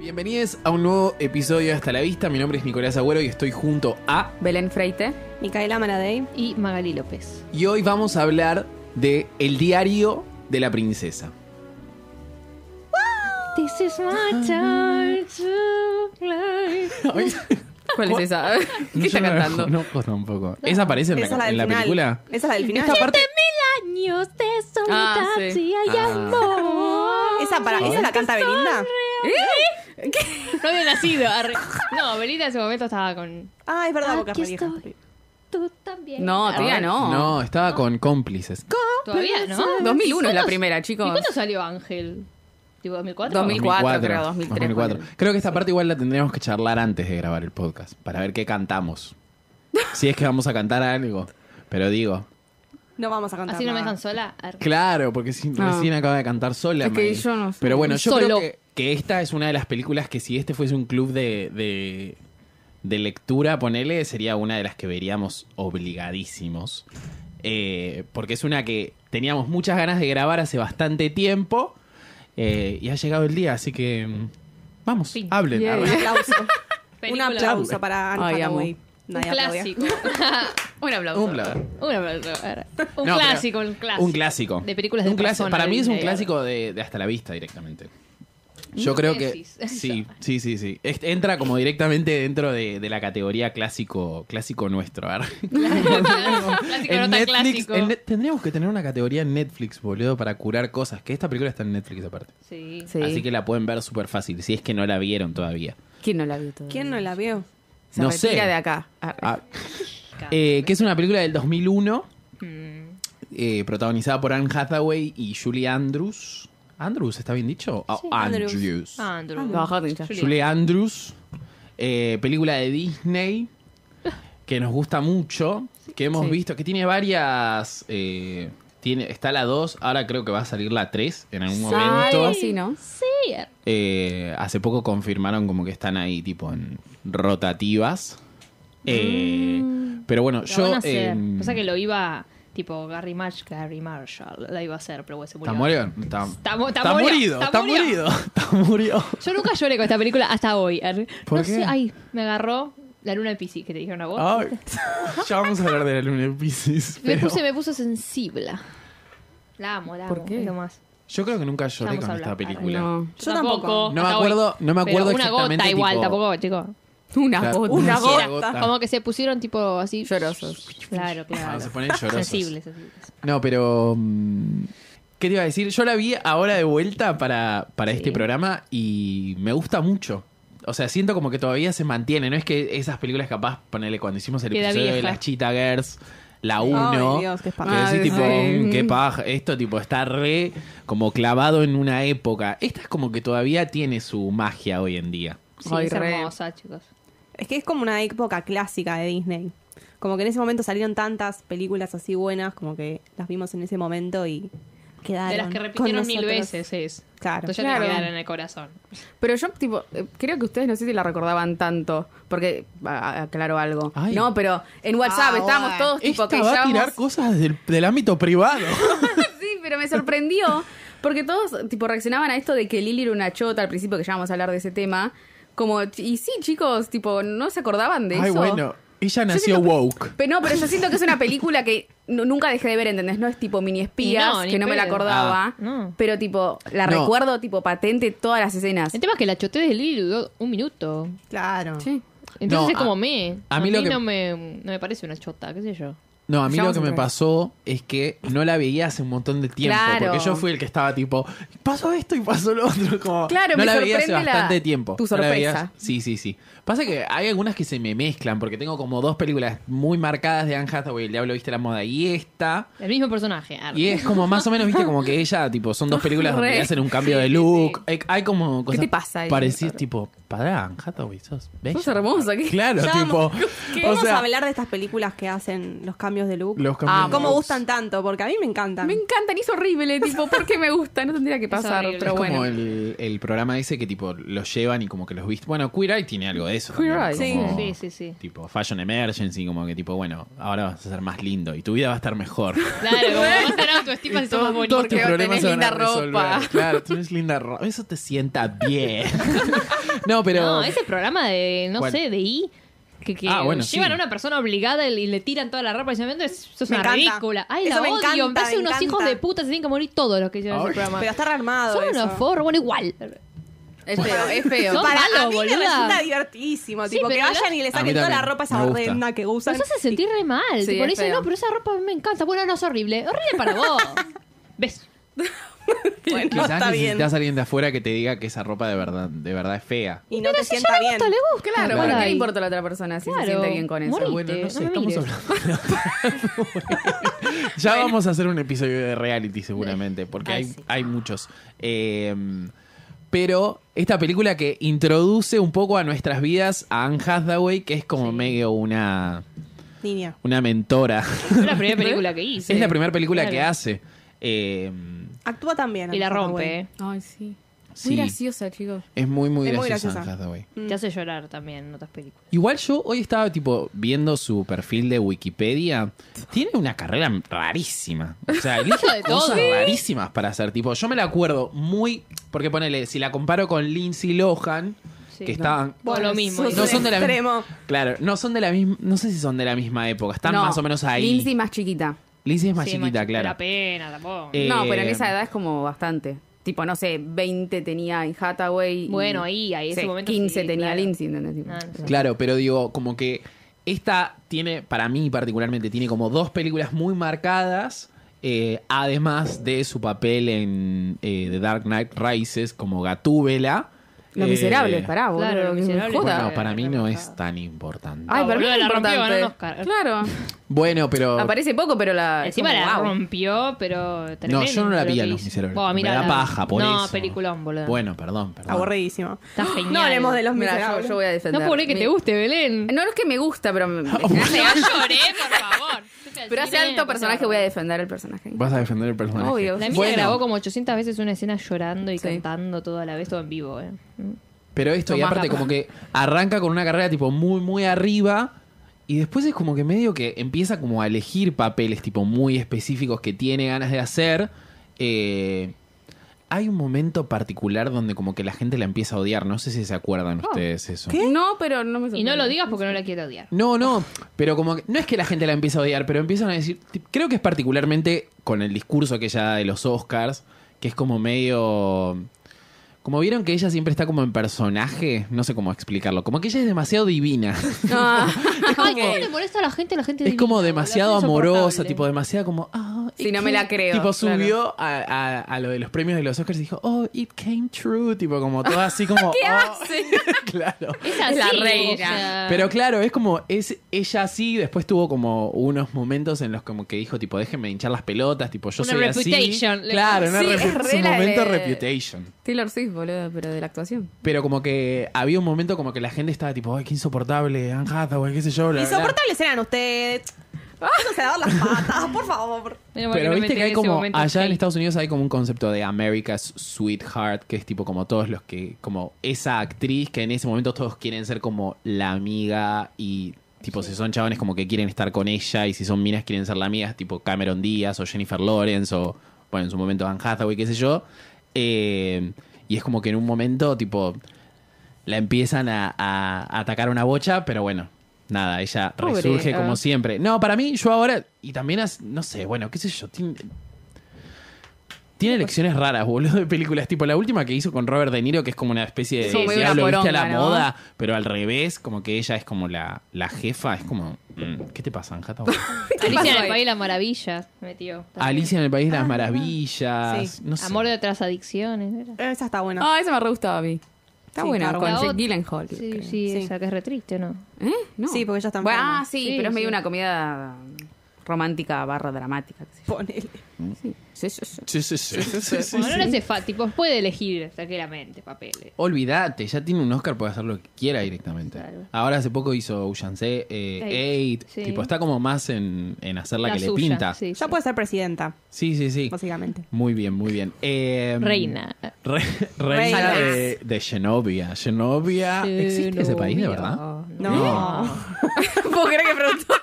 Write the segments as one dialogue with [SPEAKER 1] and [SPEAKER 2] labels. [SPEAKER 1] Bienvenidos a un nuevo episodio de Hasta la Vista. Mi nombre es Nicolás Agüero y estoy junto a.
[SPEAKER 2] Belén Freite.
[SPEAKER 3] Micaela Maradei.
[SPEAKER 4] y Magali López.
[SPEAKER 1] Y hoy vamos a hablar de El diario de la princesa.
[SPEAKER 4] This is my time to play.
[SPEAKER 1] Ay,
[SPEAKER 2] ¿Cuál es esa?
[SPEAKER 1] no,
[SPEAKER 2] ¿Qué está
[SPEAKER 1] yo no la
[SPEAKER 2] cantando?
[SPEAKER 1] conozco tampoco. ¿Esa aparece en, la,
[SPEAKER 3] Esa es la del
[SPEAKER 1] en la
[SPEAKER 3] final.
[SPEAKER 1] película?
[SPEAKER 3] Esa es la del final.
[SPEAKER 1] Esta parte.
[SPEAKER 4] Años de soledad
[SPEAKER 2] Ah, sí.
[SPEAKER 4] si hay
[SPEAKER 1] Ah.
[SPEAKER 4] amor.
[SPEAKER 3] Esa, para, ¿Esa la canta Belinda?
[SPEAKER 5] No había nacido. arre. No, Belinda en ese momento estaba con.
[SPEAKER 3] Ah, es verdad, Boca
[SPEAKER 4] Aquí
[SPEAKER 3] Vieja.
[SPEAKER 4] estoy. Tú también.
[SPEAKER 2] No, todavía no.
[SPEAKER 1] No, estaba con cómplices.
[SPEAKER 5] Todavía, ¿no?
[SPEAKER 2] 2001 es la primera, chicos.
[SPEAKER 5] ¿Y cuándo salió Ángel? ¿Tipo 2004?
[SPEAKER 2] 2000. 2004, creo, 2003, ponele.
[SPEAKER 1] Creo que esta parte igual la tendríamos que charlar antes de grabar el podcast para ver qué cantamos. si es que vamos a cantar algo. Pero digo,
[SPEAKER 3] No vamos a cantar.
[SPEAKER 5] Así no me
[SPEAKER 3] nada.
[SPEAKER 5] dejan sola. arre.
[SPEAKER 1] Claro, porque si,
[SPEAKER 2] No.
[SPEAKER 1] recién acaba de cantar sola.
[SPEAKER 2] Es que
[SPEAKER 1] Maggie.
[SPEAKER 2] yo no sé.
[SPEAKER 1] Pero bueno, yo creo
[SPEAKER 5] Solo.
[SPEAKER 1] que, que esta es una de las películas que si este fuese un club de, de, de lectura, ponele, sería una de las que veríamos obligadísimos. Eh, porque es una que teníamos muchas ganas de grabar hace bastante tiempo eh, y ha llegado el día, así que mm, vamos,
[SPEAKER 5] Fin.
[SPEAKER 1] hablen.
[SPEAKER 2] Yeah.
[SPEAKER 3] Un aplauso. Un
[SPEAKER 5] Película.
[SPEAKER 3] aplauso para Anne
[SPEAKER 2] Ay, amo.
[SPEAKER 3] Hathaway.
[SPEAKER 5] Un
[SPEAKER 3] Nadie aplaude.
[SPEAKER 5] clásico.
[SPEAKER 2] Un aplauso.
[SPEAKER 1] Un bla-
[SPEAKER 5] Un aplauso, arre. Un
[SPEAKER 1] No, pero-
[SPEAKER 5] clásico, un clásico.
[SPEAKER 1] Un clásico.
[SPEAKER 5] De películas de
[SPEAKER 1] Un clásico.
[SPEAKER 5] persona,
[SPEAKER 1] Para mí es un
[SPEAKER 5] de-
[SPEAKER 1] clásico de, de hasta la vista directamente. Yo
[SPEAKER 5] No
[SPEAKER 1] creo
[SPEAKER 5] me
[SPEAKER 1] que
[SPEAKER 5] decís.
[SPEAKER 1] sí, sí, sí, sí. Es- Entra como directamente dentro de, de la categoría clásico, clásico nuestro. a ver.
[SPEAKER 5] clásico, no
[SPEAKER 1] En
[SPEAKER 5] tan
[SPEAKER 1] Netflix,
[SPEAKER 5] clásico.
[SPEAKER 1] en Net- tendríamos que tener una categoría en Netflix, boludo, para curar cosas. Que esta película está en Netflix aparte.
[SPEAKER 5] Sí.
[SPEAKER 2] Sí.
[SPEAKER 1] Así que la pueden ver súper fácil, si es que no la vieron todavía.
[SPEAKER 2] ¿Quién no la vio todavía?
[SPEAKER 3] ¿Quién no la vio?
[SPEAKER 2] Se
[SPEAKER 1] no
[SPEAKER 2] retira
[SPEAKER 1] sé.
[SPEAKER 2] de acá. Ah,
[SPEAKER 1] Ah, eh, que es una película del 2001, eh, protagonizada por Anne Hathaway y Julie Andrews. ¿Andrews está bien dicho? Ah,
[SPEAKER 3] Andrews.
[SPEAKER 1] Andrews.
[SPEAKER 5] Andrew.
[SPEAKER 2] Baja de hincha.
[SPEAKER 5] Julia.
[SPEAKER 1] Julie Andrews, eh, película de Disney que nos gusta mucho, que hemos
[SPEAKER 2] Sí.
[SPEAKER 1] visto, que tiene varias... eh, tiene, está la 2, ahora creo que va a salir la 3 en algún
[SPEAKER 2] Algo
[SPEAKER 1] momento.
[SPEAKER 2] así, ¿no?
[SPEAKER 5] Sí. arre.
[SPEAKER 1] Eh, hace poco confirmaron como que están ahí tipo en rotativas. Eh, Pero bueno,
[SPEAKER 5] Mm. Lo
[SPEAKER 1] yo...
[SPEAKER 5] van a hacer.
[SPEAKER 1] em,
[SPEAKER 5] Pasa que lo iba. Tipo Gary Marsh, Gary Marshall. La iba a hacer, pero bueno, se murió.
[SPEAKER 1] Está murido. Está,
[SPEAKER 5] mu- está
[SPEAKER 1] está
[SPEAKER 5] murió,
[SPEAKER 1] murido.
[SPEAKER 5] está
[SPEAKER 1] Está
[SPEAKER 5] murió.
[SPEAKER 1] murido. Está murido.
[SPEAKER 5] Yo nunca lloré con esta película hasta hoy. arre.
[SPEAKER 1] ¿Por
[SPEAKER 5] no
[SPEAKER 1] qué?
[SPEAKER 5] sé, ay, me agarró la luna de Pisces que te dijeron a vos.
[SPEAKER 1] Ay, ya vamos a hablar de la luna de Pisces.
[SPEAKER 5] Me
[SPEAKER 1] pero-
[SPEAKER 5] puse, me puso sensible. La amo, la amo.
[SPEAKER 2] ¿Por qué?
[SPEAKER 5] es lo más.
[SPEAKER 1] Yo creo que nunca lloré
[SPEAKER 5] Vamos a
[SPEAKER 1] con
[SPEAKER 5] hablar.
[SPEAKER 1] esta película.
[SPEAKER 2] No.
[SPEAKER 3] Yo tampoco.
[SPEAKER 1] No me
[SPEAKER 5] hasta
[SPEAKER 1] acuerdo-
[SPEAKER 5] hoy.
[SPEAKER 1] no me acuerdo
[SPEAKER 5] Pero Una
[SPEAKER 1] exactamente,
[SPEAKER 5] gota igual,
[SPEAKER 1] tipo-
[SPEAKER 5] tampoco, chico.
[SPEAKER 2] Una
[SPEAKER 1] Claro,
[SPEAKER 2] gota.
[SPEAKER 1] una
[SPEAKER 5] Era
[SPEAKER 1] gota.
[SPEAKER 5] Como que se pusieron tipo así.
[SPEAKER 2] Llorosos.
[SPEAKER 5] Claro,
[SPEAKER 1] Ah,
[SPEAKER 5] claro.
[SPEAKER 1] se ponen llorosos.
[SPEAKER 5] Sensibles, sensibles.
[SPEAKER 1] No, pero. mm, ¿Qué te iba a decir? Yo la vi ahora de vuelta para, para este programa y me gusta mucho. O sea, siento como que todavía se mantiene. No es que esas películas capaz, ponele, cuando hicimos el
[SPEAKER 5] Queda
[SPEAKER 1] episodio de
[SPEAKER 5] vieja.
[SPEAKER 1] las Cheetah Girls, la
[SPEAKER 3] Ay,
[SPEAKER 1] 1.
[SPEAKER 3] Dios, qué
[SPEAKER 1] Que
[SPEAKER 3] espanto.
[SPEAKER 2] Ah,
[SPEAKER 1] decís, tipo,
[SPEAKER 2] sí.
[SPEAKER 1] "Mm, qué paja. Esto, tipo, está re como clavado en una época. Esta es como que todavía tiene su magia hoy en día.
[SPEAKER 5] Sí,
[SPEAKER 2] Ay,
[SPEAKER 5] es
[SPEAKER 2] re.
[SPEAKER 5] hermosa, chicos.
[SPEAKER 3] Es que es como una época clásica de Disney. Como que en ese momento salieron tantas películas así buenas, como que las vimos en ese momento y quedaron.
[SPEAKER 5] De las que
[SPEAKER 3] con
[SPEAKER 5] repitieron mil
[SPEAKER 3] nosotros.
[SPEAKER 5] veces es.
[SPEAKER 3] Claro.
[SPEAKER 5] Entonces ya te
[SPEAKER 2] Claro.
[SPEAKER 5] quedaron en el corazón.
[SPEAKER 2] Pero yo, tipo, eh, creo que ustedes no sé si la recordaban tanto, porque a- aclaro algo.
[SPEAKER 1] Ay.
[SPEAKER 2] No, pero en WhatsApp
[SPEAKER 3] Ah,
[SPEAKER 2] estábamos
[SPEAKER 3] bueno.
[SPEAKER 2] todos tipo
[SPEAKER 1] Esta
[SPEAKER 2] que
[SPEAKER 1] va
[SPEAKER 2] ya
[SPEAKER 1] a tirar
[SPEAKER 2] vamos-
[SPEAKER 1] cosas del, del ámbito privado.
[SPEAKER 2] Sí, pero me sorprendió, porque todos tipo reaccionaban a esto de que Lili era una chota al principio, que ya vamos a hablar de ese tema. Como, y sí, chicos, tipo, no se acordaban de
[SPEAKER 1] Ay,
[SPEAKER 2] eso.
[SPEAKER 1] bueno. Ella
[SPEAKER 2] Yo
[SPEAKER 1] nació
[SPEAKER 2] siento que-
[SPEAKER 1] woke.
[SPEAKER 2] Pero no, pero yo siento que es una película que no- nunca dejé de ver, ¿entendés? No es tipo mini espías,
[SPEAKER 5] No, ni
[SPEAKER 2] que no me la
[SPEAKER 5] pedo.
[SPEAKER 2] acordaba.
[SPEAKER 1] Ah.
[SPEAKER 5] No.
[SPEAKER 2] Pero tipo, la
[SPEAKER 1] No.
[SPEAKER 2] recuerdo tipo patente todas las escenas.
[SPEAKER 5] El tema es que la choté de Lily duró un minuto.
[SPEAKER 3] Claro.
[SPEAKER 2] Sí.
[SPEAKER 5] Entonces
[SPEAKER 1] No,
[SPEAKER 5] es como
[SPEAKER 1] a-
[SPEAKER 5] me.
[SPEAKER 1] a mí lo que-
[SPEAKER 5] no, me, no me parece una chota, qué sé yo.
[SPEAKER 1] No, a mí
[SPEAKER 2] Ya
[SPEAKER 1] lo que
[SPEAKER 2] vamos a
[SPEAKER 1] me
[SPEAKER 2] entrar.
[SPEAKER 1] pasó es que no la veía hace un montón de tiempo.
[SPEAKER 2] Claro.
[SPEAKER 1] Porque yo fui el que estaba tipo, pasó esto y pasó lo otro. Como,
[SPEAKER 2] Claro,
[SPEAKER 1] no
[SPEAKER 2] me
[SPEAKER 1] la veía hace
[SPEAKER 2] sorprende la-
[SPEAKER 1] bastante tiempo.
[SPEAKER 2] tu
[SPEAKER 1] No la veía-
[SPEAKER 2] sorpresa.
[SPEAKER 1] sí, sí, sí. Pasa que hay algunas que se me mezclan. Porque tengo como dos películas muy marcadas de Anne Hathaway, El Diablo Viste la Moda y esta.
[SPEAKER 5] El mismo personaje. arre.
[SPEAKER 1] Y es como más o menos, viste, como que ella, tipo, son dos películas donde
[SPEAKER 2] Re.
[SPEAKER 1] hacen un cambio de look. Hay, hay como cosas.
[SPEAKER 2] te pasa ahí?
[SPEAKER 1] Parecís, tipo, pará, Anne Hathaway, sos bella.
[SPEAKER 2] Sos hermosa, ¿qué?
[SPEAKER 1] Claro,
[SPEAKER 3] Ya
[SPEAKER 1] tipo.
[SPEAKER 3] vamos-
[SPEAKER 1] o
[SPEAKER 3] Vamos
[SPEAKER 1] sea,
[SPEAKER 3] a hablar de estas películas que hacen los cambios de look.
[SPEAKER 1] los cambios
[SPEAKER 2] Ah,
[SPEAKER 1] de
[SPEAKER 3] ¿Cómo
[SPEAKER 1] looks.
[SPEAKER 3] gustan tanto? Porque a mí me encantan.
[SPEAKER 2] Me encantan, y es horrible, tipo, ¿por qué me gusta? No tendría que pasar,
[SPEAKER 5] horrible.
[SPEAKER 2] pero
[SPEAKER 1] es
[SPEAKER 2] bueno.
[SPEAKER 1] como el, el programa ese que tipo los llevan y como que los viste. Bueno, Queer Eye tiene algo de eso.
[SPEAKER 2] Queer
[SPEAKER 1] también,
[SPEAKER 2] Eye,
[SPEAKER 1] como
[SPEAKER 5] sí. Sí, sí, sí.
[SPEAKER 1] Tipo Fashion Emergency, como que tipo, bueno, ahora vas a ser más lindo y tu vida va a estar mejor.
[SPEAKER 5] Claro, como vas a tener autoestima si sos más bonito.
[SPEAKER 1] Todos tus
[SPEAKER 2] porque
[SPEAKER 1] problemas
[SPEAKER 2] tenés
[SPEAKER 1] se van a
[SPEAKER 2] linda
[SPEAKER 1] resolver.
[SPEAKER 2] ropa.
[SPEAKER 1] Claro, tienes linda ropa. Eso te sienta bien. no, pero.
[SPEAKER 5] No, ese programa de, no
[SPEAKER 1] ¿Cuál?
[SPEAKER 5] sé, de I. Que, que
[SPEAKER 1] Ah, bueno,
[SPEAKER 5] llevan
[SPEAKER 1] sí.
[SPEAKER 5] a una persona obligada y le tiran toda la ropa y dicen, "Es- sos
[SPEAKER 3] Me
[SPEAKER 5] una
[SPEAKER 3] encanta.
[SPEAKER 5] ridícula. Ay,
[SPEAKER 3] Eso
[SPEAKER 5] la
[SPEAKER 3] me
[SPEAKER 5] odio.
[SPEAKER 3] encanta,
[SPEAKER 5] me parecen
[SPEAKER 3] me
[SPEAKER 5] unos
[SPEAKER 3] encanta.
[SPEAKER 5] hijos de puta, se tienen que morir todos los que llevan
[SPEAKER 1] Ay.
[SPEAKER 5] ese programa.
[SPEAKER 3] Pero está rearmado.
[SPEAKER 5] Son
[SPEAKER 3] eso.
[SPEAKER 5] unos forros, bueno, igual.
[SPEAKER 2] Es feo, es feo.
[SPEAKER 5] Son
[SPEAKER 3] Para
[SPEAKER 5] malos,
[SPEAKER 3] a mí
[SPEAKER 5] boluda.
[SPEAKER 3] me resulta divertísimo.
[SPEAKER 5] Sí,
[SPEAKER 3] tipo, que
[SPEAKER 5] pero
[SPEAKER 3] vayan
[SPEAKER 5] la-
[SPEAKER 3] y le
[SPEAKER 1] A mí
[SPEAKER 3] saquen toda la
[SPEAKER 1] también,
[SPEAKER 3] ropa esa
[SPEAKER 1] me gusta.
[SPEAKER 3] horrenda que usan.
[SPEAKER 5] Nos hace sentir re mal.
[SPEAKER 2] Sí,
[SPEAKER 5] tipo,
[SPEAKER 2] es
[SPEAKER 5] le dicen,
[SPEAKER 2] feo.
[SPEAKER 5] no, pero esa ropa a mí me encanta. Bueno, no es horrible. Horrible para vos. ¿Ves?
[SPEAKER 3] Bueno,
[SPEAKER 1] Quizás
[SPEAKER 3] está bien.
[SPEAKER 1] necesitas a alguien de afuera que te diga que esa ropa de verdad, de verdad es fea.
[SPEAKER 3] Y no te sienta bien.
[SPEAKER 5] Gusta, le gusta.
[SPEAKER 2] Claro,
[SPEAKER 1] Claro.
[SPEAKER 2] bueno, ¿qué
[SPEAKER 5] Ay.
[SPEAKER 2] le importa a la otra persona si se
[SPEAKER 5] Claro.
[SPEAKER 2] siente bien con eso?
[SPEAKER 5] Morí.
[SPEAKER 1] Bueno, no
[SPEAKER 5] no
[SPEAKER 1] sé,
[SPEAKER 5] me
[SPEAKER 1] estamos
[SPEAKER 5] mires.
[SPEAKER 1] hablando. de la Paraguay. ya vamos a hacer un episodio de reality seguramente, porque
[SPEAKER 5] Ay,
[SPEAKER 1] hay,
[SPEAKER 5] sí.
[SPEAKER 1] hay muchos. Eh, pero esta película que introduce un poco a nuestras vidas a Anne Hathaway, que es como medio una,
[SPEAKER 3] Niña.
[SPEAKER 1] una mentora.
[SPEAKER 5] Fue la primera película que hice.
[SPEAKER 1] es la primera película que
[SPEAKER 5] Claro.
[SPEAKER 1] hace. Eh,
[SPEAKER 3] Actúa también.
[SPEAKER 5] Y la
[SPEAKER 3] Anne
[SPEAKER 5] rompe.
[SPEAKER 3] Hathaway.
[SPEAKER 5] ¿eh?
[SPEAKER 2] Ay, sí.
[SPEAKER 1] sí,
[SPEAKER 2] chicos.
[SPEAKER 1] es muy, muy
[SPEAKER 3] Es
[SPEAKER 1] graciosa, Anne
[SPEAKER 3] muy graciosa.
[SPEAKER 1] Hathaway.
[SPEAKER 2] Mm.
[SPEAKER 5] Te hace llorar también en otras películas.
[SPEAKER 1] Igual yo hoy estaba tipo viendo su perfil de Wikipedia. Tiene una carrera rarísima. O sea, elige
[SPEAKER 5] de todo.
[SPEAKER 1] cosas
[SPEAKER 5] Sí.
[SPEAKER 1] rarísimas para hacer. Tipo, yo me la acuerdo muy. Porque ponele, si la comparo con Lindsay Lohan,
[SPEAKER 5] Sí.
[SPEAKER 1] que estaban.
[SPEAKER 5] Por lo mismo.
[SPEAKER 3] sos
[SPEAKER 5] dice.
[SPEAKER 1] No son de la
[SPEAKER 3] extremo.
[SPEAKER 1] misma. Claro, no son de la misma. No sé si son de la misma época. Están
[SPEAKER 2] No,
[SPEAKER 1] más o menos ahí.
[SPEAKER 2] Lindsay
[SPEAKER 1] Lindsay,
[SPEAKER 2] más chiquita.
[SPEAKER 1] es más
[SPEAKER 5] Sí,
[SPEAKER 1] chiquita,
[SPEAKER 5] macho,
[SPEAKER 1] claro.
[SPEAKER 5] La pena, tampoco.
[SPEAKER 1] Eh,
[SPEAKER 2] No, pero en esa edad es como bastante. Tipo, no sé, 20 tenía en Hathaway. y-
[SPEAKER 5] Bueno, ahí, ahí, ese
[SPEAKER 2] Sí,
[SPEAKER 5] momento
[SPEAKER 2] 15
[SPEAKER 5] sí,
[SPEAKER 2] tenía
[SPEAKER 5] claro.
[SPEAKER 2] Lindsay, ¿entendés? Tipo,
[SPEAKER 5] Ah, no sé.
[SPEAKER 1] mm. Claro, pero digo, como que esta tiene, para mí particularmente, tiene como dos películas muy marcadas, eh, además de su papel en eh, The Dark Knight Rises como Gatúbela.
[SPEAKER 2] Los
[SPEAKER 1] Eh,
[SPEAKER 2] Miserables, pará, boludo.
[SPEAKER 5] claro, Los
[SPEAKER 2] que me
[SPEAKER 5] Miserables.
[SPEAKER 2] joda.
[SPEAKER 1] Bueno, para mí no es
[SPEAKER 5] Remarcada.
[SPEAKER 1] tan importante.
[SPEAKER 2] Ay,
[SPEAKER 5] No,
[SPEAKER 2] para mí
[SPEAKER 5] boludo,
[SPEAKER 2] es
[SPEAKER 5] la rompió, ganó un
[SPEAKER 2] importante.
[SPEAKER 5] Oscar.
[SPEAKER 2] Claro.
[SPEAKER 1] Bueno, pero...
[SPEAKER 2] Aparece poco, pero la.
[SPEAKER 5] Encima
[SPEAKER 2] como,
[SPEAKER 5] la
[SPEAKER 2] wow.
[SPEAKER 5] rompió, pero tremendo.
[SPEAKER 1] yo no la
[SPEAKER 5] lo
[SPEAKER 1] vi a
[SPEAKER 5] que
[SPEAKER 1] Los
[SPEAKER 5] hizo.
[SPEAKER 1] Miserables.
[SPEAKER 5] Buah,
[SPEAKER 1] Me
[SPEAKER 5] mirá,
[SPEAKER 1] da
[SPEAKER 5] la-
[SPEAKER 1] paja, por
[SPEAKER 5] No,
[SPEAKER 1] eso.
[SPEAKER 5] peliculón, boludo.
[SPEAKER 1] Bueno, perdón,
[SPEAKER 5] Ah.
[SPEAKER 1] perdón.
[SPEAKER 3] Aburridísimo.
[SPEAKER 5] Está genial.
[SPEAKER 3] No hablemos de los
[SPEAKER 2] Mira,
[SPEAKER 3] miserables.
[SPEAKER 2] yo, yo voy a defender.
[SPEAKER 5] No puedo creer que
[SPEAKER 2] Mi-
[SPEAKER 5] te guste, Belén.
[SPEAKER 2] No, no es que me gusta, pero. me-
[SPEAKER 5] Te va a lloré, por favor.
[SPEAKER 2] pero hace alto personaje, voy a defender el personaje.
[SPEAKER 1] Vas a defender el personaje.
[SPEAKER 2] Obvio.
[SPEAKER 5] La mina
[SPEAKER 2] Bueno.
[SPEAKER 5] grabó como 800 veces una escena llorando y
[SPEAKER 2] Sí.
[SPEAKER 5] cantando todo a la vez, todo en vivo. eh.
[SPEAKER 1] Pero esto, y
[SPEAKER 2] Tomás
[SPEAKER 1] aparte,
[SPEAKER 2] Gapa.
[SPEAKER 1] como que arranca con una carrera tipo muy, muy arriba. Y después es como que medio que empieza como a elegir papeles tipo muy específicos que tiene ganas de hacer. Eh, hay un momento particular donde como que la gente la empieza a odiar. No sé si se acuerdan ustedes eso.
[SPEAKER 2] No, pero no me sorprende.
[SPEAKER 5] Y no lo digas porque no la quiero odiar.
[SPEAKER 1] No, no, pero como que, no es que la gente la empieza a odiar, pero empiezan a decir, ti- creo que es particularmente con el discurso que ella da de los Oscars, que es como medio... Como vieron que ella siempre está como en personaje, no sé cómo explicarlo, como que ella es demasiado divina,
[SPEAKER 2] Ah,
[SPEAKER 5] Ay, ¿cómo le molesta a la gente? La gente
[SPEAKER 1] es
[SPEAKER 5] divina,
[SPEAKER 1] como
[SPEAKER 5] boludo,
[SPEAKER 1] demasiado
[SPEAKER 5] es insoportable.
[SPEAKER 1] amorosa, tipo demasiado como... ah,
[SPEAKER 2] Sí,
[SPEAKER 1] it
[SPEAKER 2] no me
[SPEAKER 1] came-".
[SPEAKER 2] la creo,
[SPEAKER 1] Tipo
[SPEAKER 2] claro.
[SPEAKER 1] subió a, a- a lo de los premios de los Oscars y dijo, oh, it came true, tipo como todo así como... "Oh". claro.
[SPEAKER 5] Es así,
[SPEAKER 2] La
[SPEAKER 5] la
[SPEAKER 2] reina.
[SPEAKER 5] reina.
[SPEAKER 1] Pero claro, es como, es ella así, después tuvo como unos momentos en los como que dijo, tipo, déjenme hinchar las pelotas, tipo, yo
[SPEAKER 5] Una
[SPEAKER 1] soy
[SPEAKER 5] reputation.
[SPEAKER 1] así. Claro, una
[SPEAKER 2] Sí,
[SPEAKER 1] repu-
[SPEAKER 2] es re
[SPEAKER 1] su
[SPEAKER 2] la
[SPEAKER 1] momento
[SPEAKER 2] de-
[SPEAKER 1] reputation.
[SPEAKER 2] Taylor Swift, boludo, pero de la actuación.
[SPEAKER 1] Pero como que había un momento como que la gente estaba tipo, ay, qué insoportable, Anne Hathaway, qué sé yo, bla, bla, bla".
[SPEAKER 3] Insoportables eran ustedes. Vamos a dar las patas, por favor.
[SPEAKER 5] Menos mal
[SPEAKER 1] Pero
[SPEAKER 5] no me
[SPEAKER 1] viste que
[SPEAKER 5] enteré
[SPEAKER 1] hay
[SPEAKER 5] ese
[SPEAKER 1] como,
[SPEAKER 5] momento,
[SPEAKER 1] allá en
[SPEAKER 5] sí.
[SPEAKER 1] Estados Unidos hay como un concepto de America's Sweetheart, que es tipo como todos los que, como esa actriz que en ese momento todos quieren ser como la amiga y tipo si son chavones como que quieren estar con ella y si son minas quieren ser la amiga, tipo Cameron Díaz o Jennifer Lawrence o, bueno, en su momento Anne Hathaway, qué sé yo. Eh, y es como que en un momento tipo la empiezan a, a- a atacar una bocha, pero bueno. Nada, ella
[SPEAKER 2] Pobre,
[SPEAKER 1] resurge
[SPEAKER 2] ah.
[SPEAKER 1] como siempre. No, para mí, yo ahora, y también, as- no sé, bueno, qué sé yo, tiene- Tiene elecciones raras, boludo, de películas. Tipo la última que hizo con Robert De Niro, que es como una especie de
[SPEAKER 5] Sí, muy una
[SPEAKER 1] diablo viste a la
[SPEAKER 5] poronga, ¿no?
[SPEAKER 1] moda, pero al revés, como que ella es como la, la jefa. Es como, mm, ¿qué te pasa, Anjata?
[SPEAKER 5] Alicia en
[SPEAKER 2] pasó
[SPEAKER 5] el
[SPEAKER 2] ahí?
[SPEAKER 5] País de las Maravillas metió. también.
[SPEAKER 1] Alicia en el País de las Maravillas.
[SPEAKER 3] Sí.
[SPEAKER 1] No sé.
[SPEAKER 5] Amor de otras adicciones. ¿era?
[SPEAKER 3] Esa Eh, está buena.
[SPEAKER 2] Ah, esa me re gustaba a mí. Está
[SPEAKER 3] Sí,
[SPEAKER 2] buena,
[SPEAKER 3] claro.
[SPEAKER 5] La
[SPEAKER 2] con Jake
[SPEAKER 5] otra-
[SPEAKER 2] Gyllenhaal.
[SPEAKER 5] Sí,
[SPEAKER 2] creo.
[SPEAKER 5] sí,
[SPEAKER 3] Sí.
[SPEAKER 5] esa que es re triste, ¿no?
[SPEAKER 2] ¿Eh? No.
[SPEAKER 3] Sí, porque ella está
[SPEAKER 2] Bueno,
[SPEAKER 3] enferma.
[SPEAKER 2] ah, sí,
[SPEAKER 5] Sí,
[SPEAKER 2] pero es medio
[SPEAKER 5] sí.
[SPEAKER 2] una comida romántica barra dramática. qué sé yo.
[SPEAKER 3] Ponele.
[SPEAKER 2] Sí, sí, sí.
[SPEAKER 1] Sí, sí, sí. sí, sí,
[SPEAKER 5] Bueno,
[SPEAKER 1] sí.
[SPEAKER 5] no hace fa- tipo, puede elegir tranquilamente papeles.
[SPEAKER 1] Olvídate, ya tiene un Oscar, puede hacer lo que quiera directamente.
[SPEAKER 5] Claro.
[SPEAKER 1] Ahora hace poco hizo Uyansé eh,
[SPEAKER 5] Eight.
[SPEAKER 1] Eight.
[SPEAKER 5] Sí.
[SPEAKER 1] Tipo, está como más en, en hacer la, que le
[SPEAKER 5] suya,
[SPEAKER 1] pinta.
[SPEAKER 5] sí,
[SPEAKER 3] Ya
[SPEAKER 5] sí.
[SPEAKER 3] puede ser presidenta,
[SPEAKER 1] Sí, sí, sí.
[SPEAKER 3] básicamente.
[SPEAKER 1] Muy bien, muy bien. Eh,
[SPEAKER 5] Reina.
[SPEAKER 1] re- reina
[SPEAKER 3] Reina.
[SPEAKER 1] de, de Genovia. Genovia. Ah,
[SPEAKER 5] Eh,
[SPEAKER 1] ¿Existe ese país de verdad?
[SPEAKER 3] No.
[SPEAKER 2] ¿Puedo creer que preguntó?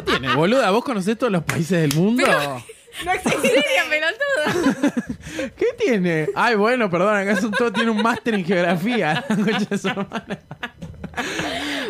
[SPEAKER 1] ¿Qué tiene, boluda? ¿Vos conocés todos los países del mundo?
[SPEAKER 3] No existe.
[SPEAKER 1] ¿Qué tiene? Ay, bueno, perdón, acá son todos tienen un máster en geografía. Concha de su madre.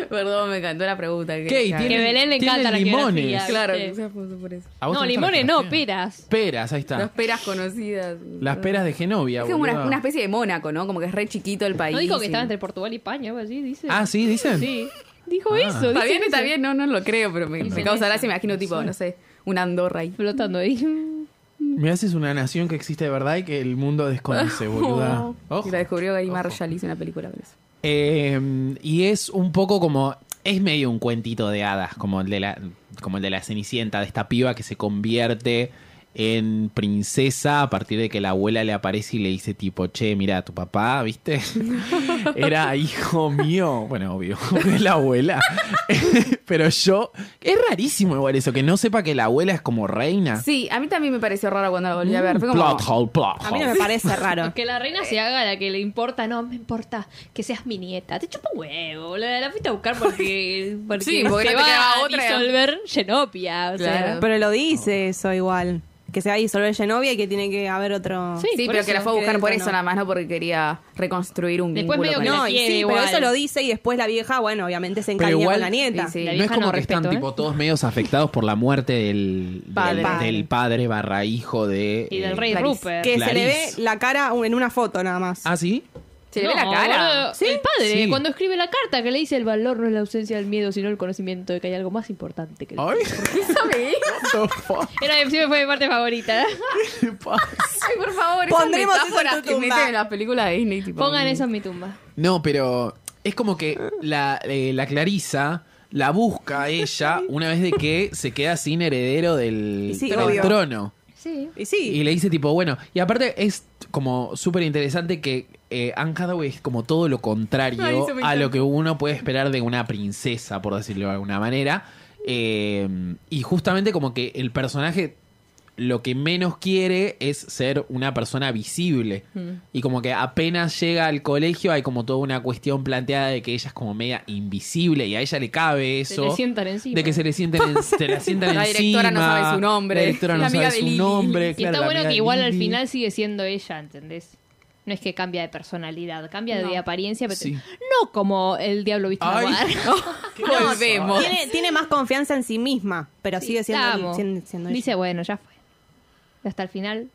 [SPEAKER 2] Perdón, me encantó la pregunta. que-
[SPEAKER 1] ¿Qué? ¿Y
[SPEAKER 2] que-
[SPEAKER 1] tiene-
[SPEAKER 5] Que Belén le
[SPEAKER 1] tiene
[SPEAKER 5] encanta la
[SPEAKER 1] limones.
[SPEAKER 5] geografía,
[SPEAKER 2] Claro,
[SPEAKER 5] ¿viste?
[SPEAKER 2] se puso por eso.
[SPEAKER 1] ¿A vos
[SPEAKER 5] No,
[SPEAKER 1] te gusta la
[SPEAKER 5] limones no,
[SPEAKER 1] geografía?
[SPEAKER 5] peras.
[SPEAKER 1] Peras, ahí está.
[SPEAKER 2] Las peras conocidas.
[SPEAKER 1] Las peras de Genovia,
[SPEAKER 2] Es como una,
[SPEAKER 1] boluda.
[SPEAKER 2] una especie de Mónaco, ¿no? Como que es re chiquito el país.
[SPEAKER 5] No dijo que
[SPEAKER 2] y-
[SPEAKER 5] estaba entre Portugal y España, algo así, dice.
[SPEAKER 1] Ah, ¿sí? ¿Dicen?
[SPEAKER 5] Sí. Dijo
[SPEAKER 1] Ah.
[SPEAKER 5] eso.
[SPEAKER 2] Está
[SPEAKER 5] dice
[SPEAKER 2] bien, está
[SPEAKER 5] eso.
[SPEAKER 2] bien, no, no lo creo, pero me, me
[SPEAKER 5] Dicen eso.
[SPEAKER 2] causa gracia. Me imagino, tipo, no sé, una Andorra ahí.
[SPEAKER 5] Flotando ahí.
[SPEAKER 1] Me haces una nación que existe de verdad y que el mundo desconoce, boluda. Ojo.
[SPEAKER 2] Y la descubrió Gary
[SPEAKER 1] Ojo.
[SPEAKER 2] Marshall, hizo una película con eso.
[SPEAKER 1] Eh, y es un poco como. Es medio un cuentito de hadas, como el de, la, como el de la Cenicienta, de esta piba que se convierte en princesa a partir de que la abuela le aparece y le dice tipo, che, mira, tu papá, ¿viste? Era hijo mío. Bueno, obvio, es la abuela. Pero yo... Es rarísimo igual eso, que no sepa que la abuela es como reina.
[SPEAKER 2] Sí, a mí también me pareció raro cuando la volví a ver. Fue como,
[SPEAKER 1] Mm, Plot hole, plot
[SPEAKER 3] A mí no
[SPEAKER 1] hole.
[SPEAKER 3] me parece raro.
[SPEAKER 5] Que la reina se haga la que le importa, no me importa que seas mi nieta. Te chupa un huevo, boludo. La fuiste a buscar porque, porque,
[SPEAKER 2] Sí, porque
[SPEAKER 5] se
[SPEAKER 2] no te
[SPEAKER 5] va
[SPEAKER 2] quedaba
[SPEAKER 5] a
[SPEAKER 2] otra.
[SPEAKER 5] disolver Genopia. O
[SPEAKER 2] Claro.
[SPEAKER 5] sea,
[SPEAKER 3] Pero lo dice eso igual. Que se va a disolver Genovia y que tiene que haber otro.
[SPEAKER 5] Sí,
[SPEAKER 2] Sí,
[SPEAKER 5] por
[SPEAKER 2] pero
[SPEAKER 5] eso,
[SPEAKER 2] que la fue a buscar
[SPEAKER 3] que
[SPEAKER 2] por
[SPEAKER 3] eso
[SPEAKER 2] eso
[SPEAKER 3] no.
[SPEAKER 2] nada más, no porque quería reconstruir un
[SPEAKER 5] Después
[SPEAKER 2] vínculo.
[SPEAKER 5] medio
[SPEAKER 3] No,
[SPEAKER 5] que
[SPEAKER 2] con él.
[SPEAKER 5] la
[SPEAKER 3] y
[SPEAKER 5] quiere
[SPEAKER 3] sí, pero
[SPEAKER 5] igual.
[SPEAKER 3] eso lo dice y después la vieja, bueno, obviamente se
[SPEAKER 1] Pero
[SPEAKER 3] encariña
[SPEAKER 1] igual-
[SPEAKER 3] con la nieta.
[SPEAKER 2] Sí, sí.
[SPEAKER 5] La
[SPEAKER 1] no es
[SPEAKER 5] vieja
[SPEAKER 1] como
[SPEAKER 5] no,
[SPEAKER 1] que están
[SPEAKER 5] respeto, ¿eh?
[SPEAKER 1] tipo todos medios afectados por la muerte del
[SPEAKER 2] Padre.
[SPEAKER 1] del- del padre barra hijo de
[SPEAKER 5] y
[SPEAKER 1] eh,
[SPEAKER 5] del rey
[SPEAKER 2] Clarice.
[SPEAKER 5] Rupert.
[SPEAKER 3] Que se le ve
[SPEAKER 1] Clarice.
[SPEAKER 3] la cara en una foto nada más.
[SPEAKER 1] Ah, sí.
[SPEAKER 2] Se le ve la cara.
[SPEAKER 5] boludo, El padre,
[SPEAKER 1] Sí.
[SPEAKER 5] cuando escribe la carta que le dice el valor no es la ausencia del miedo, sino el conocimiento de que hay algo más importante que el
[SPEAKER 1] Ay, what the fuck
[SPEAKER 5] Era siempre fue mi parte favorita.
[SPEAKER 1] te pasa?
[SPEAKER 2] Ay, por favor,
[SPEAKER 3] Pondremos
[SPEAKER 2] esas metáforas
[SPEAKER 3] eso en tu
[SPEAKER 2] que
[SPEAKER 3] tumba.
[SPEAKER 2] meten en las películas de Disney. Tipo, mm,
[SPEAKER 5] Pongan eso en mi tumba.
[SPEAKER 1] No, pero es como que la, eh, la Clarisa la busca a ella una vez de que se queda sin heredero del,
[SPEAKER 3] Sí,
[SPEAKER 1] del
[SPEAKER 3] obvio.
[SPEAKER 1] trono.
[SPEAKER 5] Sí.
[SPEAKER 3] Y sí.
[SPEAKER 1] Y le dice tipo, bueno, y aparte es como súper interesante que eh, Anne Hathaway es como todo lo contrario
[SPEAKER 2] Ay, eso me
[SPEAKER 1] a
[SPEAKER 2] encanta.
[SPEAKER 1] lo que uno puede esperar de una princesa, por decirlo de alguna manera. Eh, y justamente como que el personaje lo que menos quiere es ser una persona visible.
[SPEAKER 2] Mm.
[SPEAKER 1] Y como que apenas llega al colegio hay como toda una cuestión planteada de que ella es como media invisible y a ella le cabe
[SPEAKER 5] Se
[SPEAKER 1] eso.
[SPEAKER 5] le sientan encima.
[SPEAKER 1] De que se le sienten en- se la sientan
[SPEAKER 2] La
[SPEAKER 1] encima.
[SPEAKER 2] directora no sabe su nombre.
[SPEAKER 1] La directora
[SPEAKER 2] La
[SPEAKER 1] no
[SPEAKER 2] amiga
[SPEAKER 1] sabe
[SPEAKER 2] de
[SPEAKER 1] su
[SPEAKER 2] Lili.
[SPEAKER 1] nombre.
[SPEAKER 5] Y
[SPEAKER 1] claro,
[SPEAKER 5] está
[SPEAKER 1] la
[SPEAKER 5] bueno
[SPEAKER 1] amiga
[SPEAKER 5] que
[SPEAKER 1] de
[SPEAKER 5] igual al
[SPEAKER 1] Lili.
[SPEAKER 5] final sigue siendo ella, ¿entendés? No es que cambia de personalidad, cambia de apariencia, pero
[SPEAKER 1] Sí.
[SPEAKER 5] no como el diablo viste
[SPEAKER 1] Ay.
[SPEAKER 5] naguar.
[SPEAKER 2] Volvemos.
[SPEAKER 3] Tiene, tiene más confianza en sí misma, pero sigue
[SPEAKER 5] La
[SPEAKER 3] siendo,
[SPEAKER 5] amo.
[SPEAKER 3] siendo, siendo ella.
[SPEAKER 5] Dice, bueno, ya fue. Hasta el final.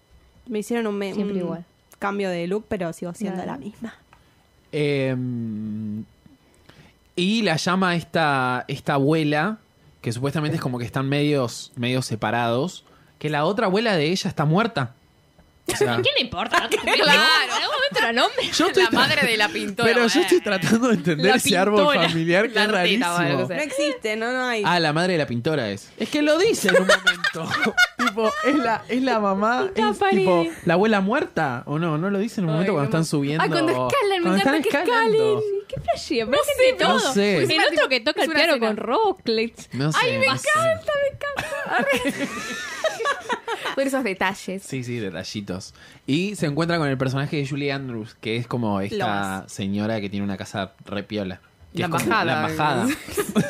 [SPEAKER 3] Me hicieron un, me-
[SPEAKER 5] Siempre
[SPEAKER 3] un
[SPEAKER 5] igual.
[SPEAKER 3] cambio de look, pero sigo siendo
[SPEAKER 5] Claro.
[SPEAKER 3] la misma.
[SPEAKER 1] Eh, y la llama esta, esta abuela, que supuestamente es como que están medios, medios separados, que la otra abuela de ella está muerta. O sea,
[SPEAKER 5] ¿Qué le importa?
[SPEAKER 2] Claro.
[SPEAKER 5] En algún momento era nombre.
[SPEAKER 1] yo estoy
[SPEAKER 2] La
[SPEAKER 1] tra-
[SPEAKER 2] madre de la pintora.
[SPEAKER 1] Pero yo estoy
[SPEAKER 2] bueno.
[SPEAKER 1] tratando de entender
[SPEAKER 2] La
[SPEAKER 1] ese árbol
[SPEAKER 2] pintora,
[SPEAKER 1] familiar que
[SPEAKER 2] la
[SPEAKER 1] es
[SPEAKER 2] arteta, bueno,
[SPEAKER 1] rarísimo.
[SPEAKER 2] o sea.
[SPEAKER 3] No existe, no, no hay.
[SPEAKER 1] Ah, la madre de la pintora es. Es que lo dice en un momento. tipo, es la, es la mamá. es tipo, la abuela muerta. O no, no lo dice en un momento
[SPEAKER 2] Ay,
[SPEAKER 1] cuando
[SPEAKER 2] no me-
[SPEAKER 1] están subiendo.
[SPEAKER 2] Ay, cuando escalan, me
[SPEAKER 1] cuando
[SPEAKER 2] encanta
[SPEAKER 1] están
[SPEAKER 2] que
[SPEAKER 1] escalando.
[SPEAKER 2] escalen.
[SPEAKER 5] ¿Qué flashea?
[SPEAKER 2] No sé,
[SPEAKER 5] Parece que
[SPEAKER 2] no
[SPEAKER 5] todo.
[SPEAKER 1] sé.
[SPEAKER 5] El
[SPEAKER 2] Encima, tipo,
[SPEAKER 5] otro que toca
[SPEAKER 2] es
[SPEAKER 5] el
[SPEAKER 2] una
[SPEAKER 5] piano
[SPEAKER 2] escena.
[SPEAKER 5] con Rocklet.
[SPEAKER 1] No sé,
[SPEAKER 2] Ay, me
[SPEAKER 1] no sé.
[SPEAKER 2] encanta, me encanta. Por esos detalles.
[SPEAKER 1] Sí, sí, detallitos. Y se encuentra con el personaje de Julie Andrews, que es como esta
[SPEAKER 3] Lomas.
[SPEAKER 1] señora que tiene una casa repiola. Que
[SPEAKER 2] La
[SPEAKER 1] es como
[SPEAKER 2] embajada.
[SPEAKER 1] La embajada.